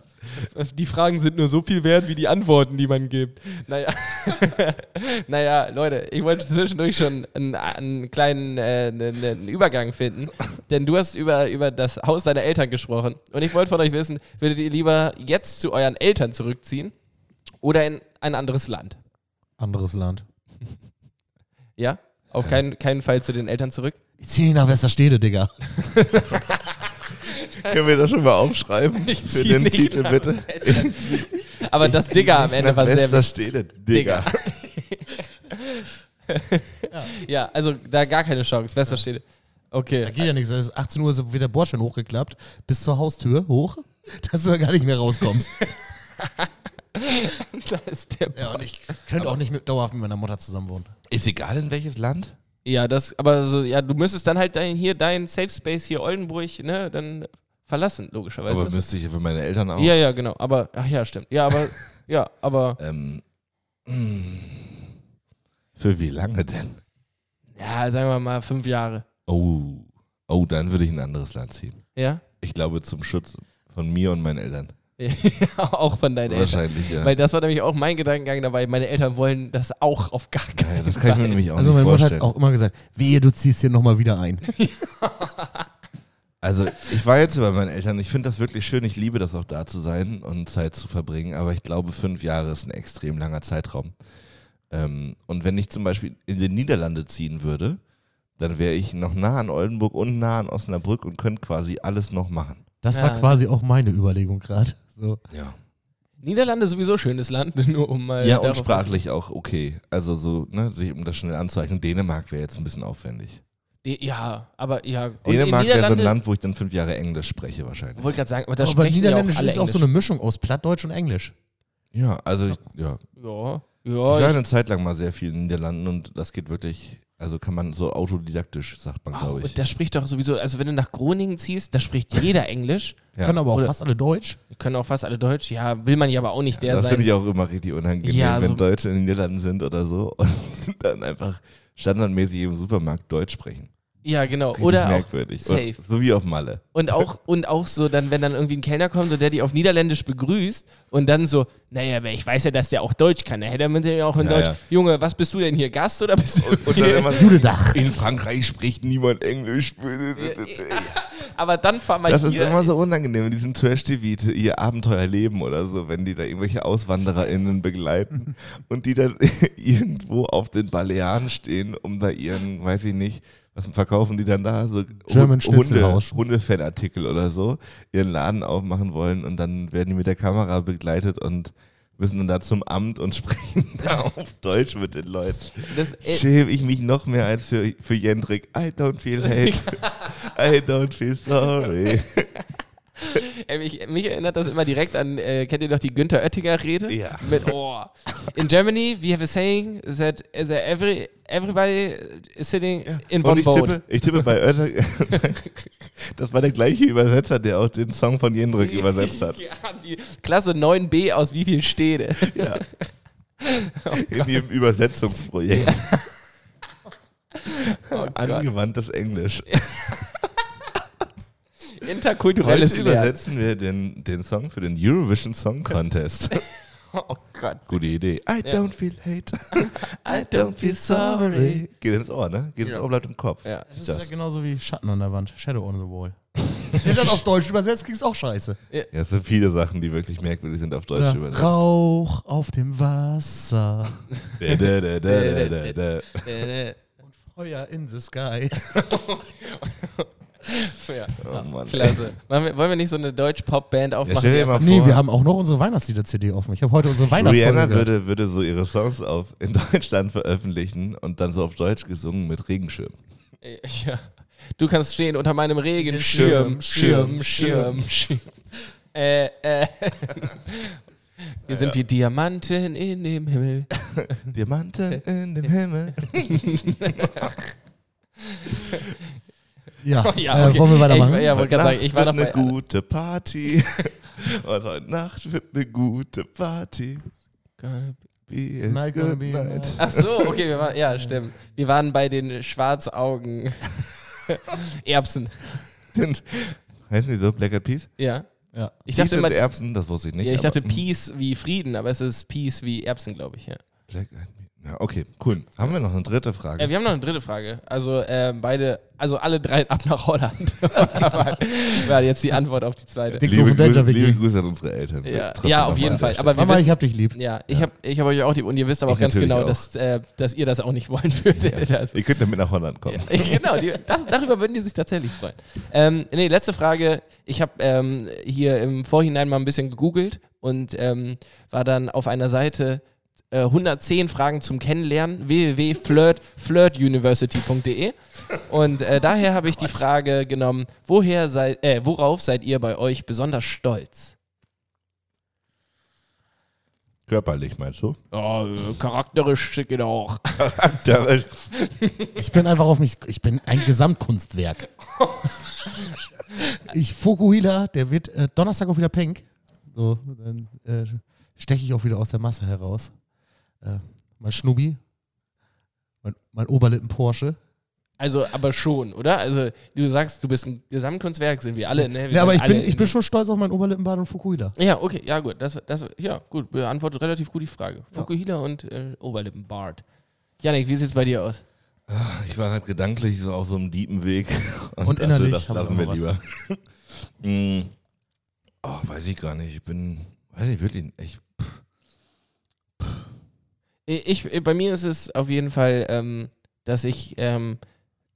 Speaker 1: Also die Fragen sind nur so viel wert wie die Antworten, die man gibt. Naja, naja Leute, ich wollte zwischendurch schon einen, einen kleinen äh, einen, einen Übergang finden, denn du hast über, über das Haus deiner Eltern gesprochen und ich wollte von euch wissen, würdet ihr lieber jetzt zu euren Eltern zurückziehen oder in ein anderes Land?
Speaker 4: Anderes Land.
Speaker 1: Ja? Auf keinen, keinen Fall zu den Eltern zurück?
Speaker 4: Ich zieh ihn nach Westerstede, Digga.
Speaker 3: Können wir das schon mal aufschreiben?
Speaker 1: Ich
Speaker 3: Für
Speaker 1: zieh
Speaker 3: den
Speaker 1: nicht
Speaker 3: Titel
Speaker 1: nach
Speaker 3: bitte.
Speaker 1: Aber das Digger am Ende
Speaker 3: Nach
Speaker 1: war sehr
Speaker 3: Wester
Speaker 1: wichtig.
Speaker 3: steht
Speaker 1: Digger.
Speaker 3: Digga.
Speaker 1: Ja, also da gar keine Chance. Besser steht.
Speaker 4: Da
Speaker 1: Okay.
Speaker 4: geht ja nichts. Es ist 18 Uhr ist wieder Bordstein hochgeklappt, bis zur Haustür hoch, dass du da gar nicht mehr rauskommst.
Speaker 1: Da ist der
Speaker 4: ja, und ich könnte auch nicht mit, dauerhaft mit meiner Mutter zusammen wohnen.
Speaker 3: Ist egal in welches Land?
Speaker 1: Ja, das, aber so, ja, du müsstest dann halt dein, hier dein Safe Space hier Oldenburg, ne, dann verlassen, logischerweise.
Speaker 3: Aber müsste ich ja für meine Eltern auch.
Speaker 1: ja, ja, genau. Aber, ach ja, stimmt. Ja, aber, ja, aber,
Speaker 3: Ähm, mh. für wie lange denn?
Speaker 1: ja, sagen wir mal fünf Jahre.
Speaker 3: Oh. Oh, dann würde ich in ein anderes Land ziehen.
Speaker 1: Ja?
Speaker 3: Ich glaube zum Schutz von mir und meinen Eltern.
Speaker 1: auch von deinen Eltern.
Speaker 3: Wahrscheinlich, ja.
Speaker 1: Weil das war nämlich auch mein Gedankengang dabei. Meine Eltern wollen das auch auf gar keinen
Speaker 3: ja. Das kann ich mir nämlich auch
Speaker 4: Also
Speaker 3: nicht
Speaker 4: meine Mutter
Speaker 3: vorstellen.
Speaker 4: hat auch immer gesagt, wehe, du ziehst hier nochmal wieder ein.
Speaker 3: Also ich war jetzt bei meinen Eltern, ich finde das wirklich schön, ich liebe das auch da zu sein und Zeit zu verbringen, aber ich glaube, fünf Jahre ist ein extrem langer Zeitraum. Ähm, und wenn ich zum Beispiel in die Niederlande ziehen würde, dann wäre ich noch nah an Oldenburg und nah an Osnabrück und könnte quasi alles noch machen.
Speaker 4: Das
Speaker 1: Ja.
Speaker 4: war quasi auch meine Überlegung gerade. So.
Speaker 3: Ja.
Speaker 1: Niederlande ist sowieso schönes Land, nur um mal.
Speaker 3: Ja, und
Speaker 1: darauf-
Speaker 3: sprachlich auch okay. Also so, ne, sich um das schnell anzueignen. Dänemark wäre jetzt ein bisschen aufwendig.
Speaker 1: Die, ja, aber ja. Und in
Speaker 3: Dänemark wäre so ein
Speaker 1: Niederlande-
Speaker 3: Land, wo ich dann fünf Jahre Englisch spreche wahrscheinlich.
Speaker 1: Wollte gerade sagen, aber da
Speaker 4: aber
Speaker 1: sprechen ja auch alle
Speaker 4: Niederländisch ist auch so eine Mischung aus Plattdeutsch und Englisch.
Speaker 3: Ja, also ich, ja.
Speaker 1: Englisch.
Speaker 3: Ich
Speaker 1: Ja,
Speaker 3: war
Speaker 1: ja. Ich,
Speaker 3: eine Zeit lang mal sehr viel in den Niederlanden und das geht wirklich, also kann man so autodidaktisch, sagt man,
Speaker 1: auch,
Speaker 3: glaube ich.
Speaker 1: und da spricht doch sowieso, also wenn du nach Groningen ziehst, da spricht jeder Englisch.
Speaker 3: Ja.
Speaker 4: Können aber auch
Speaker 1: Oder-
Speaker 4: fast alle Deutsch.
Speaker 1: Können auch fast alle Deutsch. Ja, will man ja aber auch nicht der
Speaker 3: das
Speaker 1: sein.
Speaker 3: finde ich auch immer richtig unangenehm,
Speaker 1: Ja,
Speaker 3: wenn
Speaker 1: so-
Speaker 3: Deutsche in den Niederlanden sind oder so und dann einfach standardmäßig im Supermarkt Deutsch sprechen.
Speaker 1: ja, genau.
Speaker 3: Richtig
Speaker 1: Oder auch,
Speaker 3: merkwürdig.
Speaker 1: safe.
Speaker 3: Und, so wie auf Malle.
Speaker 1: und auch und auch so dann, wenn dann irgendwie ein Kellner kommt und der die auf Niederländisch begrüßt und dann so, naja, aber ich weiß ja, dass der auch Deutsch kann. Da hätte man ja auch in
Speaker 3: Ja,
Speaker 1: Deutsch,
Speaker 3: ja.
Speaker 1: Junge, was bist du denn hier Gast oder bist du?
Speaker 3: Und dann
Speaker 1: hier?
Speaker 3: immer,
Speaker 4: Judedach.
Speaker 3: in Frankreich spricht niemand Englisch.
Speaker 1: Aber dann fahr mal
Speaker 3: Das ist
Speaker 1: hier.
Speaker 3: immer so unangenehm in diesem Trash-TV, ihr Abenteuerleben oder so, wenn die da irgendwelche AuswandererInnen begleiten und die dann irgendwo auf den Balearen stehen, um da ihren, weiß ich nicht, was verkaufen die dann da? So
Speaker 4: German
Speaker 3: Hun- Hunde,
Speaker 4: Schnitzelhaus.
Speaker 3: Hundefanartikel oder so, ihren Laden aufmachen wollen und dann werden die mit der Kamera begleitet und müssen dann da zum Amt und sprechen da auf Deutsch mit den Leuten.
Speaker 1: das, äh,
Speaker 3: Schäme ich mich noch mehr als für, für Jendrik. I don't feel hate. I don't feel sorry.
Speaker 1: Ey, mich, mich erinnert das immer direkt an, äh, kennt ihr noch die Günther Oettinger-Rede?
Speaker 3: Ja.
Speaker 1: Mit, oh. In Germany, we have a saying that, uh, that every, everybody is sitting in
Speaker 3: Und
Speaker 1: one
Speaker 3: ich
Speaker 1: boat.
Speaker 3: tippe, ich tippe bei Oettinger, das war der gleiche Übersetzer, der auch den Song von Jendrik übersetzt hat.
Speaker 1: Ja, die Klasse 9b aus wie viel Städte.
Speaker 3: Ja. In dem Übersetzungsprojekt.
Speaker 1: Oh Gott.
Speaker 3: Angewandtes Englisch.
Speaker 1: Interkulturelles
Speaker 3: Heute
Speaker 1: Lernen.
Speaker 3: übersetzen wir den, den Song für den Eurovision Song Contest.
Speaker 1: Oh Gott.
Speaker 3: Gute Idee. I don't feel hate. I don't feel sorry. Geht ins Ohr, ne? Geht ins Ohr, bleibt im Kopf.
Speaker 1: Ja.
Speaker 4: Das ist
Speaker 3: Das.
Speaker 4: ja genauso wie Schatten an der Wand. Shadow on the Wall. Wenn das auf Deutsch übersetzt, klingt es auch scheiße.
Speaker 3: Ja, es sind viele Sachen, die wirklich merkwürdig sind auf Deutsch
Speaker 4: Oder
Speaker 3: übersetzt.
Speaker 4: Rauch auf dem Wasser.
Speaker 3: Da, da, da, da, da, da.
Speaker 1: Äh,
Speaker 4: Feuer in the sky.
Speaker 1: ja.
Speaker 3: Oh Mann.
Speaker 1: Klasse. Wollen wir, wollen wir nicht so eine Deutsch-Pop-Band
Speaker 3: Ja,
Speaker 1: aufmachen?
Speaker 3: stell dir mal vor,
Speaker 4: Nee, wir haben auch noch unsere Weihnachtslieder-CD offen. Ich habe heute unsere
Speaker 3: Rihanna
Speaker 4: Weihnachtsfolge.
Speaker 3: würde, würde so ihre Songs auf, in Deutschland veröffentlichen und dann so auf Deutsch gesungen mit Regenschirm.
Speaker 1: Ja. Du kannst stehen unter meinem Regen. Schirm, Schirm, Schirm, Schirm. Äh, äh. Wir sind wie Diamanten in dem Himmel.
Speaker 3: Diamanten in dem Himmel.
Speaker 4: Ja,
Speaker 1: Ja, okay.
Speaker 4: äh, wollen wir weitermachen?
Speaker 1: Ich, ja, wollte gerade sagen, ich war noch
Speaker 3: Nacht
Speaker 1: bei...
Speaker 3: wird eine gute Party. und heute Nacht wird eine gute Party. Be a
Speaker 4: Night gonna
Speaker 3: good
Speaker 4: be a
Speaker 3: night.
Speaker 1: Ach so, okay, wir waren, ja, stimmt. Wir waren bei den Schwarzaugen Erbsen.
Speaker 3: Sind- Heißen die so Black Eyed Peas?
Speaker 1: Ja.
Speaker 4: Ja.
Speaker 1: Ich
Speaker 3: Peas
Speaker 1: dachte immer,
Speaker 3: sind Erbsen, das wusste ich nicht.
Speaker 1: ja, ich
Speaker 3: aber- hm.
Speaker 1: dachte Peace wie Frieden, aber es ist Peace wie Erbsen, glaube ich, ja.
Speaker 3: Black Eyed Peas. Ja, okay, cool. Haben wir noch eine dritte Frage?
Speaker 1: Äh, wir haben noch eine dritte Frage. Also ähm, beide, also alle drei ab nach Holland. war jetzt die Antwort auf die zweite.
Speaker 4: Dick doof
Speaker 3: liebe,
Speaker 4: und Delta
Speaker 3: Grüße,
Speaker 4: Vicky.
Speaker 3: liebe Grüße an unsere Eltern. Wir
Speaker 1: Ja,
Speaker 3: treffen
Speaker 1: ja
Speaker 3: noch
Speaker 1: auf
Speaker 3: mal
Speaker 1: jeden
Speaker 3: an
Speaker 1: Fall.
Speaker 3: der
Speaker 1: Aber wir
Speaker 4: Mama, ich
Speaker 1: wissen,
Speaker 4: hab dich lieb.
Speaker 1: ja, ich habe ich hab euch auch lieb und ihr wisst aber
Speaker 3: Ich
Speaker 1: auch ganz
Speaker 3: natürlich
Speaker 1: genau,
Speaker 3: auch.
Speaker 1: Dass, äh, dass ihr das auch nicht wollen würdet. Das,
Speaker 3: Stelle. Ihr könnt damit nach Holland kommen.
Speaker 1: ja, genau, die, das, darüber würden die sich tatsächlich freuen. Ähm, nee, letzte Frage. Ich habe ähm, hier im Vorhinein mal ein bisschen gegoogelt und ähm, war dann auf einer Seite äh, 110 Fragen zum Kennenlernen, www.flirtuniversity.de. Und äh, daher habe ich die Frage genommen, woher seid, äh, worauf seid ihr bei euch besonders stolz?
Speaker 3: Körperlich, meinst du?
Speaker 1: Ja, äh, charakterisch geht auch.
Speaker 3: Der-
Speaker 4: Ich bin einfach auf mich, ich bin ein Gesamtkunstwerk. ich, Fokuhila, der wird äh, Donnerstag auch wieder pink. So, dann äh, steche ich auch wieder aus der Masse heraus. Äh, mein Schnubi, mein, mein Oberlippen-Porsche.
Speaker 1: Also, aber schon, oder? Also, du sagst, du bist ein Gesamtkunstwerk, sind wir alle, ne? Wir
Speaker 4: Ja, aber
Speaker 1: sind
Speaker 4: ich bin,
Speaker 1: alle
Speaker 4: ich
Speaker 1: in-
Speaker 4: bin schon stolz auf meinen Oberlippenbart und Fokuhila.
Speaker 1: Ja, okay, ja, gut. Das, das, ja, gut. Beantwortet relativ gut die Frage. Fukuhila und äh, Oberlippenbart. Janik, wie sieht es bei dir aus?
Speaker 3: Ich war gerade gedanklich so auf so einem diepen Weg.
Speaker 4: Und innerlich
Speaker 3: das lassen
Speaker 4: haben wir
Speaker 3: wir
Speaker 4: noch
Speaker 3: lieber. Hm. oh, weiß ich gar nicht. Ich bin, weiß ich wirklich nicht.
Speaker 1: Ich, ich, bei mir ist es auf jeden Fall, ähm, dass ich, ähm,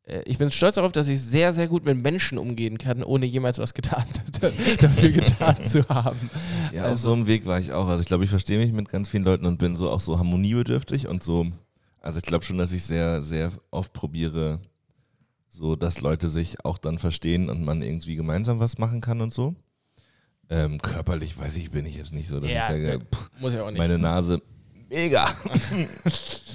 Speaker 1: äh, ich bin stolz darauf, dass ich sehr, sehr gut mit Menschen umgehen kann, ohne jemals was getan dafür getan zu haben.
Speaker 3: Ich, ja, auf
Speaker 1: Also-
Speaker 3: so einem Weg war ich auch. Also ich glaube, ich verstehe mich mit ganz vielen Leuten und bin so auch so harmoniebedürftig und so. Also ich glaube schon, dass ich sehr, sehr oft probiere, so dass Leute sich auch dann verstehen und man irgendwie gemeinsam was machen kann und so. Ähm, körperlich weiß ich, bin ich jetzt nicht so, dass
Speaker 1: Ja,
Speaker 3: ich
Speaker 1: ne.
Speaker 3: sage, pff,
Speaker 1: Muss ja auch nicht.
Speaker 3: meine Nase, mega.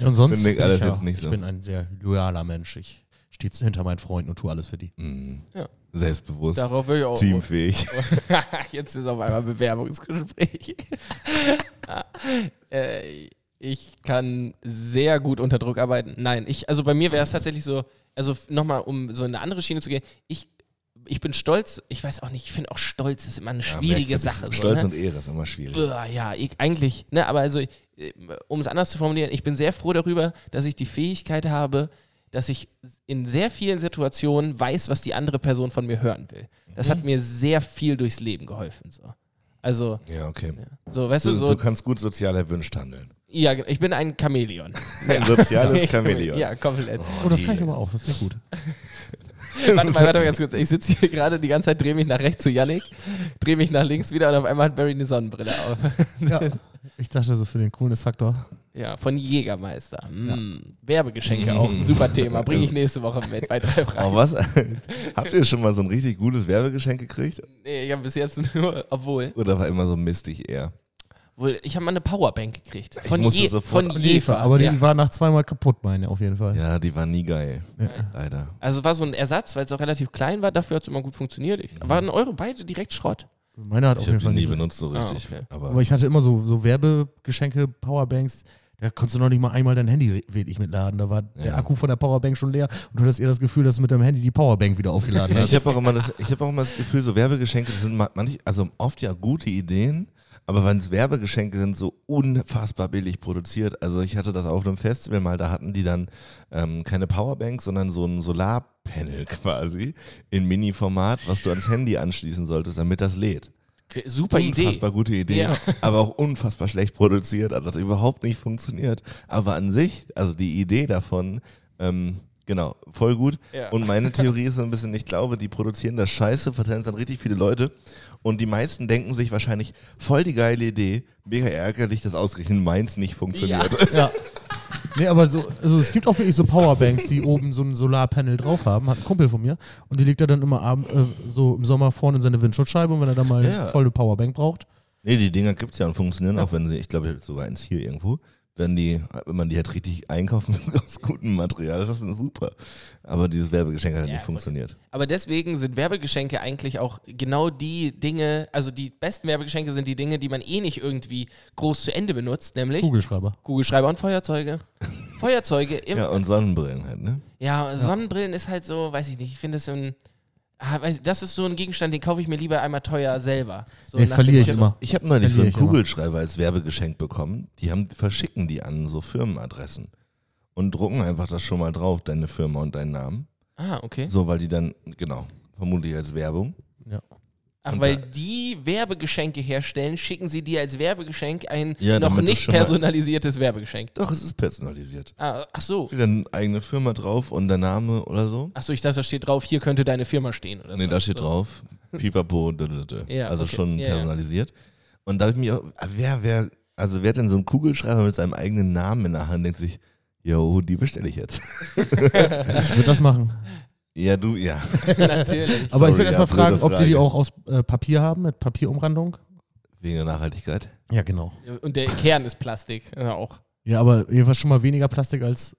Speaker 4: Und sonst
Speaker 3: Finde ich alles
Speaker 4: ich, ja-
Speaker 3: jetzt nicht
Speaker 4: ich
Speaker 3: so.
Speaker 4: bin ein sehr loyaler Mensch. Ich stehe hinter meinen Freunden und tue alles für die.
Speaker 3: Mhm.
Speaker 1: Ja.
Speaker 3: Selbstbewusst,
Speaker 1: Darauf will ich auch.
Speaker 3: teamfähig.
Speaker 1: Jetzt ist auf einmal Bewerbungsgespräch. äh, ich kann sehr gut unter Druck arbeiten. Nein, ich, also bei mir wäre es tatsächlich so, also nochmal, um so in eine andere Schiene zu gehen, ich, ich bin stolz, ich weiß auch nicht, ich finde auch stolz ist immer eine
Speaker 3: Ja,
Speaker 1: schwierige
Speaker 3: merkwürdig.
Speaker 1: Sache.
Speaker 3: Stolz
Speaker 1: so, ne?
Speaker 3: und Ehre ist immer schwierig.
Speaker 1: Uah, ja, ich, eigentlich, ne, aber also, um es anders zu formulieren, ich bin sehr froh darüber, dass ich die Fähigkeit habe, dass ich in sehr vielen Situationen weiß, was die andere Person von mir hören will. Das hat mir sehr viel durchs Leben geholfen. So. Also,
Speaker 3: Ja, okay.
Speaker 1: so, weißt du,
Speaker 3: Du,
Speaker 1: so,
Speaker 3: du kannst gut sozial erwünscht handeln.
Speaker 1: ja, genau, ich bin ein Chamäleon.
Speaker 3: Ein soziales Chamäleon.
Speaker 1: Ja, komplett.
Speaker 4: Oh, das kann ich aber auch. Das ist gut.
Speaker 1: Warte mal, warte mal ganz kurz. Ich sitze hier gerade die ganze Zeit, drehe mich nach rechts zu Yannick, drehe mich nach links wieder und auf einmal hat Barry eine Sonnenbrille auf.
Speaker 4: Ja. Ich dachte so für den Coolness-Faktor.
Speaker 1: Ja, von Jägermeister. Mm. Werbegeschenke auch
Speaker 3: Hm.
Speaker 1: ein super Thema. Bringe ich nächste Woche mit bei drei Fragen.
Speaker 3: Oh, was? Habt ihr schon mal so ein richtig gutes Werbegeschenk gekriegt?
Speaker 1: Nee, ich habe bis jetzt nur, obwohl,
Speaker 3: Oder war immer so mistig eher?
Speaker 1: obwohl ich habe mal eine Powerbank gekriegt. Von,
Speaker 3: musste
Speaker 1: Je
Speaker 3: sofort
Speaker 1: von
Speaker 3: an
Speaker 1: Jefa.
Speaker 4: aber die
Speaker 1: ja.
Speaker 4: war nach zweimal kaputt, meine auf jeden Fall.
Speaker 3: Ja, die war nie geil.
Speaker 4: Ja.
Speaker 3: Leider.
Speaker 1: Also es war so ein Ersatz, weil es auch relativ klein war. Dafür hat es immer gut funktioniert. Ich, waren
Speaker 3: Hm.
Speaker 1: eure beide direkt Schrott?
Speaker 4: Meine hat auf
Speaker 3: Ich habe
Speaker 4: jeden
Speaker 3: die
Speaker 4: Fall
Speaker 3: nie
Speaker 4: nicht.
Speaker 3: benutzt so
Speaker 1: Ah,
Speaker 3: richtig.
Speaker 1: okay.
Speaker 3: Aber,
Speaker 4: Aber ich hatte immer so, so Werbegeschenke, Powerbanks. Da konntest du noch nicht mal einmal dein Handy wirklich mitladen. Da war der
Speaker 3: Ja.
Speaker 4: Akku von der Powerbank schon leer und du hattest eher das Gefühl, dass du mit deinem Handy die Powerbank wieder aufgeladen
Speaker 3: ja,
Speaker 4: hast.
Speaker 3: ich habe auch, immer das- ich hab auch immer das Gefühl, so Werbegeschenke sind ma- manch, also oft ja gute Ideen, aber wenn es Werbegeschenke sind, so unfassbar billig produziert. Also ich hatte das auf einem Festival mal, da hatten die dann ähm, keine Powerbank, sondern so ein Solarpanel quasi in Mini-Format, was du ans Handy anschließen solltest, damit das lädt.
Speaker 1: Super Idee.
Speaker 3: unfassbar gute Idee,
Speaker 1: Ja.
Speaker 3: aber auch unfassbar schlecht produziert. Also hat überhaupt nicht funktioniert. Aber an sich, also die Idee davon, ähm, genau, voll gut.
Speaker 1: Ja.
Speaker 3: Und meine Theorie ist so ein bisschen, ich glaube, die produzieren das Scheiße, verteilen es an richtig viele Leute. Und die meisten denken sich wahrscheinlich, voll die geile Idee, mega ärgerlich, dass ausgerechnet meins nicht funktioniert.
Speaker 4: Ja. Nee, aber so, also es gibt auch wirklich so Powerbanks, die oben so ein Solarpanel drauf haben. Hat ein Kumpel von mir. Und die legt er dann immer abend, äh, so im Sommer vorne in seine Windschutzscheibe. Und wenn er dann mal
Speaker 3: Ja.
Speaker 4: eine volle Powerbank braucht,
Speaker 3: Nee, die Dinger gibt's ja und funktionieren auch, wenn sie, ich glaube, ich hab sogar eins hier irgendwo. Wenn, die, wenn man die halt richtig einkaufen will aus gutem Material, das ist super. Aber dieses Werbegeschenk hat halt
Speaker 1: Ja,
Speaker 3: nicht
Speaker 1: voll.
Speaker 3: funktioniert.
Speaker 1: Aber deswegen sind Werbegeschenke eigentlich auch genau die Dinge, also die besten Werbegeschenke sind die Dinge, die man eh nicht irgendwie groß zu Ende benutzt, nämlich
Speaker 4: Kugelschreiber.
Speaker 1: Kugelschreiber und Feuerzeuge. Feuerzeuge im,
Speaker 3: Ja, und Sonnenbrillen halt, ne?
Speaker 1: Ja, Sonnenbrillen ist halt so, weiß ich nicht, ich finde das so ein. Ah, weiß, das ist so ein Gegenstand, den kaufe ich mir lieber einmal teuer selber. So
Speaker 4: Nee,
Speaker 1: nach dem
Speaker 4: verliere ich
Speaker 1: Motto-
Speaker 4: immer.
Speaker 3: Ich habe neulich so
Speaker 4: Verliere
Speaker 3: einen
Speaker 4: ich immer.
Speaker 3: Kugelschreiber als Werbegeschenk bekommen. Die haben, verschicken die an so Firmenadressen und drucken einfach das schon mal drauf, deine Firma und deinen Namen.
Speaker 1: Ah, okay.
Speaker 3: So, weil die dann, genau, vermutlich als Werbung.
Speaker 4: Ja.
Speaker 1: Ach,
Speaker 3: und
Speaker 1: weil
Speaker 3: da-
Speaker 1: die Werbegeschenke herstellen, schicken sie dir als Werbegeschenk ein
Speaker 3: Ja,
Speaker 1: noch
Speaker 3: damit du
Speaker 1: nicht
Speaker 3: schon mal-
Speaker 1: personalisiertes Werbegeschenk.
Speaker 3: Doch, es ist personalisiert.
Speaker 1: Ah, ach so.
Speaker 3: Steht dann eigene Firma drauf und der Name oder so.
Speaker 1: Ach so, ich dachte, da steht drauf, hier könnte deine Firma stehen oder
Speaker 3: Nee,
Speaker 1: so.
Speaker 3: da steht
Speaker 1: so.
Speaker 3: drauf. Pipapo, dö, dö, dö.
Speaker 1: Ja,
Speaker 3: also
Speaker 1: okay.
Speaker 3: schon
Speaker 1: Ja, ja.
Speaker 3: personalisiert. Und da habe ich mich auch, ah, wer, wer, also wer hat denn so einen Kugelschreiber mit seinem eigenen Namen in der Hand, denkt sich, jo, die bestelle ich jetzt.
Speaker 4: Ich würde das machen.
Speaker 3: ja, du, ja.
Speaker 1: Natürlich.
Speaker 4: Aber ich
Speaker 3: Sorry,
Speaker 4: will erstmal
Speaker 3: ja, blöde
Speaker 4: fragen, ob die die
Speaker 3: Frage.
Speaker 4: auch aus äh, Papier haben, mit Papierumrandung?
Speaker 3: Wegen der Nachhaltigkeit.
Speaker 4: Ja, genau.
Speaker 1: Und der Kern ist Plastik. Ja, auch.
Speaker 4: Ja, aber jedenfalls schon mal weniger Plastik als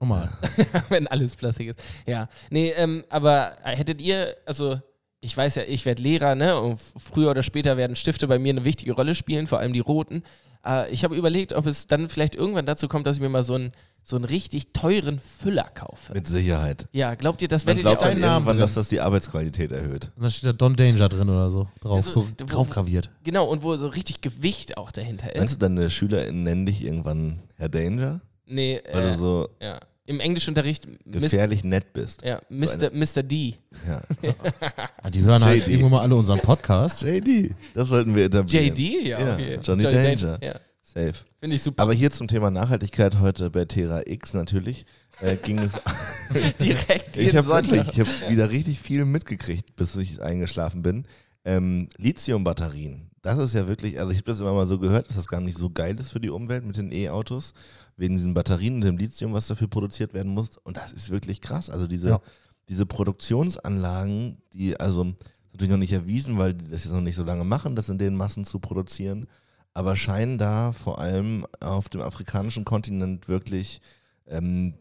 Speaker 4: normal.
Speaker 1: wenn alles Plastik ist. Ja, nee, ähm, aber hättet ihr, also ich weiß ja, ich werde Lehrer, ne? Und f- früher oder später werden Stifte bei mir eine wichtige Rolle spielen, vor allem die roten. Äh, ich habe überlegt, ob es dann vielleicht irgendwann dazu kommt, dass ich mir mal so einen so einen richtig teuren Füller kaufe.
Speaker 3: Mit Sicherheit.
Speaker 1: ja, glaubt ihr, das
Speaker 3: Man
Speaker 1: werdet ihr
Speaker 3: glaubt
Speaker 1: auch
Speaker 3: dann
Speaker 4: deinen Namen
Speaker 3: irgendwann,
Speaker 4: drin.
Speaker 3: dass das die Arbeitsqualität erhöht.
Speaker 4: Und dann steht da Don Danger drin oder so drauf,
Speaker 1: Also,
Speaker 4: so
Speaker 1: wo-
Speaker 4: draufgraviert.
Speaker 1: Genau, und wo so richtig Gewicht auch dahinter ist.
Speaker 3: Meinst du, deine SchülerInnen nennen dich irgendwann Herr Danger?
Speaker 1: nee,
Speaker 3: Weil
Speaker 1: äh,
Speaker 3: du so
Speaker 1: ja. Im Englischunterricht Mis
Speaker 3: gefährlich nett bist.
Speaker 1: ja, Mr. Mr. D.
Speaker 3: Ja.
Speaker 4: Ah, die hören halt
Speaker 3: JD.
Speaker 4: irgendwann mal alle unseren Podcast.
Speaker 3: JD, das sollten wir etablieren.
Speaker 1: JD, ja.
Speaker 3: Ja,
Speaker 1: okay.
Speaker 3: Johnny Danger.
Speaker 1: Ja,
Speaker 3: Safe.
Speaker 1: finde ich super.
Speaker 3: Aber hier zum Thema Nachhaltigkeit heute bei Terra X natürlich äh, ging es.
Speaker 1: Direkt
Speaker 3: ich
Speaker 1: jeden
Speaker 3: habe
Speaker 1: Sonntag.
Speaker 3: wirklich, ich habe wieder richtig viel mitgekriegt, bis ich eingeschlafen bin. Ähm, Lithium-Batterien. das ist ja wirklich, also ich habe das immer mal so gehört, dass das gar nicht so geil ist für die Umwelt mit den E-Autos, wegen diesen Batterien und dem Lithium, was dafür produziert werden muss. Und das ist wirklich krass. Also diese,
Speaker 4: Ja.
Speaker 3: diese Produktionsanlagen, die also ist natürlich noch nicht erwiesen, weil die das jetzt noch nicht so lange machen, das in den Massen zu produzieren, aber scheinen da vor allem auf dem afrikanischen Kontinent wirklich ähm,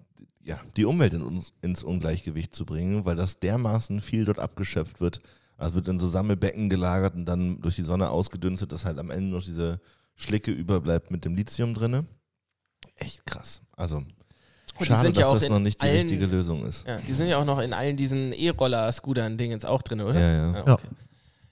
Speaker 3: ja, die Umwelt in uns, ins Ungleichgewicht zu bringen, weil das dermaßen viel dort abgeschöpft wird. Also wird in so Sammelbecken gelagert und dann durch die Sonne ausgedünstet, dass halt am Ende noch diese Schlicke überbleibt mit dem Lithium drinne. Echt krass. Also
Speaker 1: die
Speaker 3: schade,
Speaker 1: sind ja
Speaker 3: dass
Speaker 1: auch
Speaker 3: das
Speaker 1: in
Speaker 3: noch nicht die
Speaker 1: allen-
Speaker 3: richtige Lösung ist.
Speaker 1: Ja, die sind ja auch noch in allen diesen E-Roller-Scootern-Dingens auch drin, oder?
Speaker 3: Ja, ja.
Speaker 1: Ah, okay.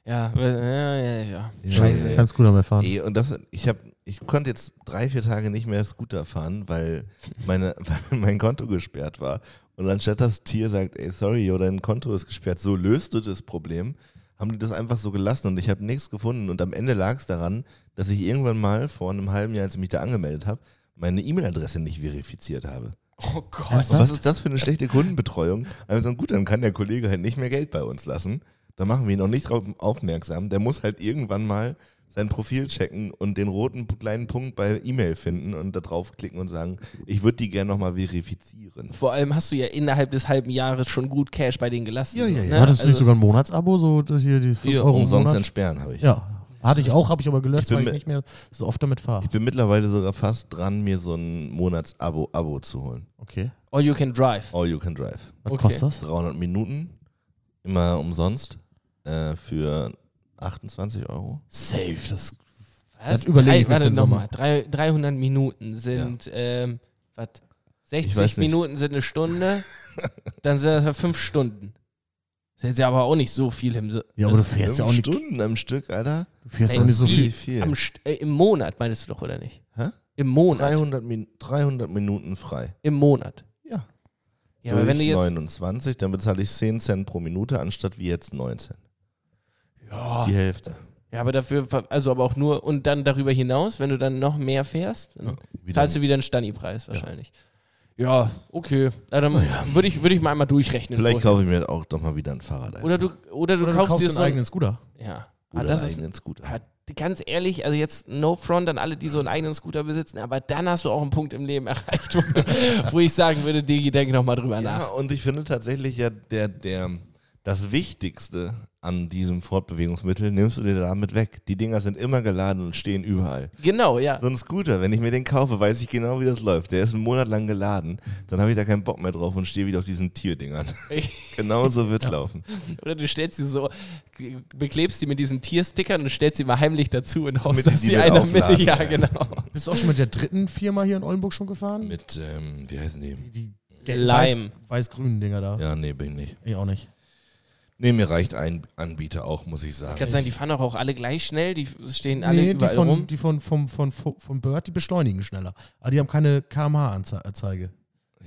Speaker 1: ja. Ja, ja, ja, ja. Scheiße. ey.
Speaker 4: Kein Scooter mehr fahren.
Speaker 3: Ey, und das, ich habe, ich konnte jetzt drei, vier Tage nicht mehr Scooter fahren, weil, meine, weil mein Konto gesperrt war. Und anstatt das Tier sagt, ey, sorry, yo, dein Konto ist gesperrt, so löst du das Problem, haben die das einfach so gelassen und ich habe nichts gefunden. Und am Ende lag es daran, dass ich irgendwann mal vor einem halben Jahr, als ich mich da angemeldet habe, meine E-Mail-Adresse nicht verifiziert habe.
Speaker 1: Oh Gott.
Speaker 3: Und was ist das für eine schlechte Kundenbetreuung? Also gut, dann kann der Kollege halt nicht mehr Geld bei uns lassen. Da machen wir ihn auch nicht drauf aufmerksam. Der muss halt irgendwann mal sein Profil checken und den roten kleinen Punkt bei E-Mail finden und da draufklicken und sagen, ich würde die gerne nochmal verifizieren.
Speaker 1: Vor allem hast du ja innerhalb des halben Jahres schon gut Cash bei denen gelassen.
Speaker 3: Ja,
Speaker 1: so,
Speaker 3: ja, ja.
Speaker 1: Ne?
Speaker 4: Hattest du nicht
Speaker 1: Also,
Speaker 4: sogar ein Monatsabo, so das hier die 5 Euro im
Speaker 3: umsonst
Speaker 4: Monat?
Speaker 3: entsperren habe ich.
Speaker 4: Ja, hatte ich auch, habe ich aber
Speaker 3: Ich
Speaker 4: gelöscht,
Speaker 3: bin
Speaker 4: weil ich
Speaker 3: mit-
Speaker 4: nicht mehr so oft damit fahre.
Speaker 3: Ich bin mittlerweile sogar fast dran, mir so ein Monatsabo Abo zu holen.
Speaker 4: Okay,
Speaker 1: All you can drive.
Speaker 3: All you can drive.
Speaker 4: was
Speaker 1: Okay.
Speaker 4: kostet das?
Speaker 3: 300 Minuten, immer umsonst, äh, für 28 Euro.
Speaker 4: Safe,
Speaker 1: Was?
Speaker 4: das Das überlege ich mir
Speaker 1: Drei, warte
Speaker 4: für den Sommer.
Speaker 1: nochmal. Drei- 300 Minuten sind, ähm, was?
Speaker 3: Ich
Speaker 1: 60
Speaker 3: weiß nicht.
Speaker 1: Minuten sind eine Stunde, dann sind das ja fünf Stunden. Das ist ja aber auch nicht so viel im, so
Speaker 4: Ja, aber du
Speaker 1: also
Speaker 4: fährst ja auch
Speaker 3: Fünf
Speaker 4: nicht, du
Speaker 3: Stunden am Stück, Alter.
Speaker 4: fährst
Speaker 1: Ey,
Speaker 4: ja auch nicht so
Speaker 3: Das ist
Speaker 4: viel.
Speaker 3: richtig viel.
Speaker 1: am, St- äh, im Monat, meinst du doch, oder nicht?
Speaker 3: Hä?
Speaker 1: Im Monat.
Speaker 3: 300, Min 300 Minuten frei.
Speaker 1: Im Monat.
Speaker 3: Ja.
Speaker 1: Ja, aber wenn du jetzt.
Speaker 3: 29, dann bezahle ich 10 Cent pro Minute anstatt wie jetzt 19.
Speaker 1: Ja, Oh.
Speaker 3: Die Hälfte.
Speaker 1: ja, aber dafür, ver- also aber auch nur, und dann darüber hinaus, wenn du dann noch mehr fährst, dann
Speaker 3: Wieder-
Speaker 1: zahlst du wieder einen Stani-Preis wahrscheinlich. Ja, okay. Na, dann würde ich, würd ich mal einmal durchrechnen.
Speaker 3: Vielleicht
Speaker 1: vorher.
Speaker 3: kaufe ich mir auch doch mal wieder ein Fahrrad.
Speaker 1: oder du, oder du
Speaker 4: Oder
Speaker 1: kaufst dir
Speaker 4: einen
Speaker 1: so ein,
Speaker 4: eigenen Scooter.
Speaker 1: Ja.
Speaker 3: oder
Speaker 1: Aber das
Speaker 3: einen
Speaker 1: ist,
Speaker 3: eigenen Scooter.
Speaker 1: hat- ganz ehrlich, also jetzt no front an alle, die so einen eigenen Scooter besitzen, aber dann hast du auch einen Punkt im Leben erreicht, wo, wo ich sagen würde, Digi, denk nochmal drüber
Speaker 3: Ja,
Speaker 1: nach.
Speaker 3: und ich finde tatsächlich ja der, der, das Wichtigste an diesem Fortbewegungsmittel nimmst du dir damit weg. Die Dinger sind immer geladen und stehen überall.
Speaker 1: Genau, ja.
Speaker 3: So ein Scooter, wenn ich mir den kaufe, weiß ich genau, wie das läuft. Der ist einen Monat lang geladen, dann habe ich da keinen Bock mehr drauf und stehe wieder auf diesen Tierdingern. Genauso wird es laufen.
Speaker 1: Oder du stellst sie so, beklebst sie mit diesen Tierstickern und stellst sie mal heimlich dazu und hoffst,
Speaker 3: Damit die
Speaker 1: dass
Speaker 3: die
Speaker 1: die
Speaker 3: dann
Speaker 1: einer mit.
Speaker 3: aufladen,
Speaker 1: Ja,
Speaker 3: ja.
Speaker 1: genau.
Speaker 4: Bist du auch schon mit der dritten Firma hier in Oldenburg schon gefahren?
Speaker 3: Mit, ähm, wie heißen die?
Speaker 4: die
Speaker 1: Lime.
Speaker 4: weiß- weiß-grünen Dinger da.
Speaker 3: Ja, nee, bin ich nicht.
Speaker 4: Ich auch nicht.
Speaker 3: Nee, mir reicht ein Anbieter auch, muss ich sagen.
Speaker 1: Ich kann sagen, die fahren doch auch alle gleich schnell, die stehen alle
Speaker 4: nee, die
Speaker 1: überall
Speaker 4: von,
Speaker 1: rum.
Speaker 4: die von, von, von, von, von Bird, die beschleunigen schneller. Aber die haben keine KMH-Anzeige.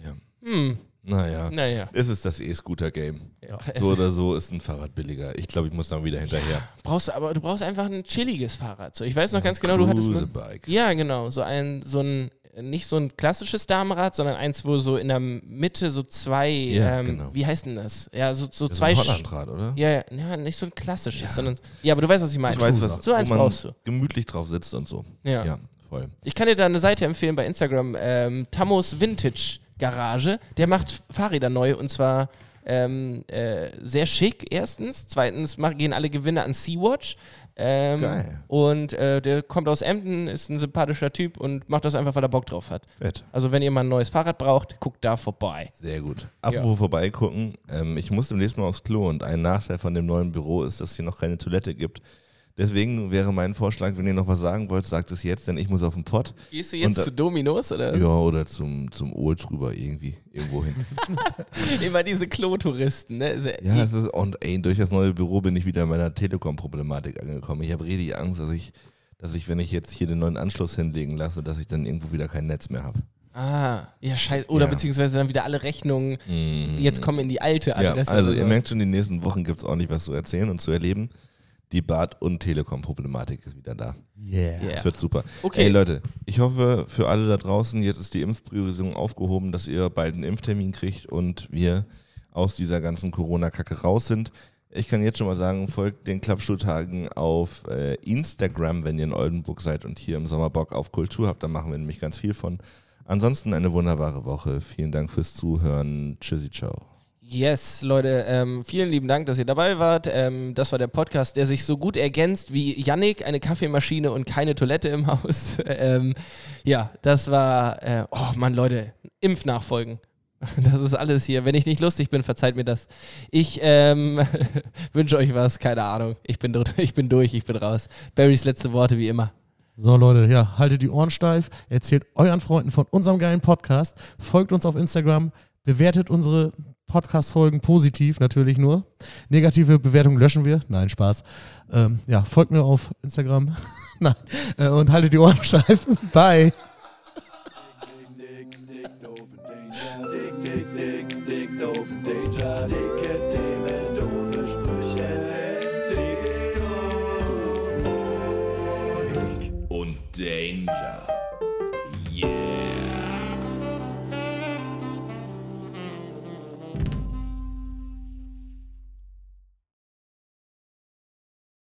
Speaker 3: Ja.
Speaker 1: Hm,
Speaker 3: Naja.
Speaker 1: naja.
Speaker 3: Es ist das E-Scooter-Game.
Speaker 4: Ja.
Speaker 3: So oder so ist ein Fahrrad billiger. Ich glaube, ich muss dann wieder hinterher.
Speaker 1: Brauchst du, aber du brauchst einfach ein chilliges Fahrrad. So, ich weiß noch ganz genau, du hattest nur,
Speaker 3: Cruisebike.
Speaker 1: Ja, genau. So ein, so ein, nicht so ein klassisches Damenrad, sondern eins, wo so in der Mitte so zwei,
Speaker 3: Ja,
Speaker 1: ähm,
Speaker 3: genau.
Speaker 1: wie heißt denn das? Ja, so, so
Speaker 3: Das ist
Speaker 1: zwei.
Speaker 3: ein
Speaker 1: Sch-
Speaker 3: Hollandrad, oder?
Speaker 1: ja, ja, ja, nicht so ein klassisches, sondern. Ja, aber du weißt, was ich meine.
Speaker 3: Ich weiß, was,
Speaker 1: so eins
Speaker 3: wo man
Speaker 1: brauchst du.
Speaker 3: gemütlich drauf sitzt und so.
Speaker 1: Ja.
Speaker 3: Ja, voll.
Speaker 1: Ich kann dir da eine Seite empfehlen bei Instagram, ähm, Tammos Vintage Garage. Der macht Fahrräder neu und zwar ähm, äh, sehr schick, erstens. Zweitens mach, gehen alle Gewinne an Sea-Watch. Ähm,
Speaker 3: Geil.
Speaker 1: Und äh, der kommt aus Emden, ist ein sympathischer Typ und macht das einfach, weil er Bock drauf hat.
Speaker 3: Fett.
Speaker 1: Also wenn ihr mal ein neues Fahrrad braucht, guckt da vorbei.
Speaker 3: Sehr gut. Apropos vorbeigucken, ähm, ich muss demnächst mal aufs Klo und ein Nachteil von dem neuen Büro ist, dass es hier noch keine Toilette gibt. Deswegen wäre mein Vorschlag, wenn ihr noch was sagen wollt, sagt es jetzt, denn ich muss auf den Pott.
Speaker 1: Gehst du
Speaker 3: jetzt Und
Speaker 1: jetzt
Speaker 3: da-
Speaker 1: zu
Speaker 3: zu
Speaker 1: Dominos oder
Speaker 3: Ja, oder zum, zum Ohl drüber irgendwie, irgendwo hin.
Speaker 1: immer diese Klotouristen? Ne?
Speaker 3: Ja, es ist, und ey, durch das neue Büro bin ich wieder in meiner Telekom-Problematik angekommen. Ich habe richtig Angst, dass ich, dass ich, wenn ich jetzt hier den neuen Anschluss hinlegen lasse, dass ich dann irgendwo wieder kein Netz mehr habe.
Speaker 1: Ah, ja scheiße. Oder
Speaker 3: Ja. Mhm.
Speaker 1: beziehungsweise dann wieder alle Rechnungen jetzt kommen in die alte
Speaker 3: Ja,
Speaker 1: Adresse.
Speaker 3: also
Speaker 1: oder
Speaker 3: ihr
Speaker 1: so.
Speaker 3: merkt schon, die nächsten Wochen gibt es ordentlich was zu erzählen und zu erleben. Die Bad- und Telekom-Problematik ist wieder da.
Speaker 4: Yeah.
Speaker 1: Yeah.
Speaker 3: Es wird super.
Speaker 1: Okay.
Speaker 3: Ey Leute, ich hoffe für alle da draußen, jetzt ist die Impfpriorisierung aufgehoben, dass ihr bald einen Impftermin kriegt und wir aus dieser ganzen Corona-Kacke raus sind. Ich kann jetzt schon mal sagen, folgt den Klappstuhltagen auf äh, Instagram, wenn ihr in Oldenburg seid und hier im Sommer Bock auf Kultur habt. Da machen wir nämlich ganz viel von. Ansonsten eine wunderbare Woche. Vielen Dank fürs Zuhören. Tschüssi, ciao.
Speaker 1: Yes, Leute, ähm, vielen lieben Dank, dass ihr dabei wart. Ähm, das war der Podcast, der sich so gut ergänzt wie Yannick, eine Kaffeemaschine und keine Toilette im Haus. ähm, ja, das war, äh, oh Mann, Leute, Impfnachfolgen. Das ist alles hier. Wenn ich nicht lustig bin, verzeiht mir das. Ich ähm, wünsche euch was, keine Ahnung. Ich bin, dr- ich bin durch, ich bin raus. Barrys letzte Worte wie immer.
Speaker 4: So Leute, ja, haltet die Ohren steif, erzählt euren Freunden von unserem geilen Podcast, folgt uns auf Instagram, bewertet unsere Podcast-Folgen positiv natürlich nur. Negative Bewertungen löschen wir. Nein, Spaß. Ähm, ja, folgt mir auf Instagram. Nein. Äh, und haltet die Ohren steif. Bye.
Speaker 2: Dick, dick, doofen Danger. Dick, dick, dick, dick, doofen Danger. Dicke Themen, doofe Sprüche. Dick, doof, dick.
Speaker 3: Und Danger.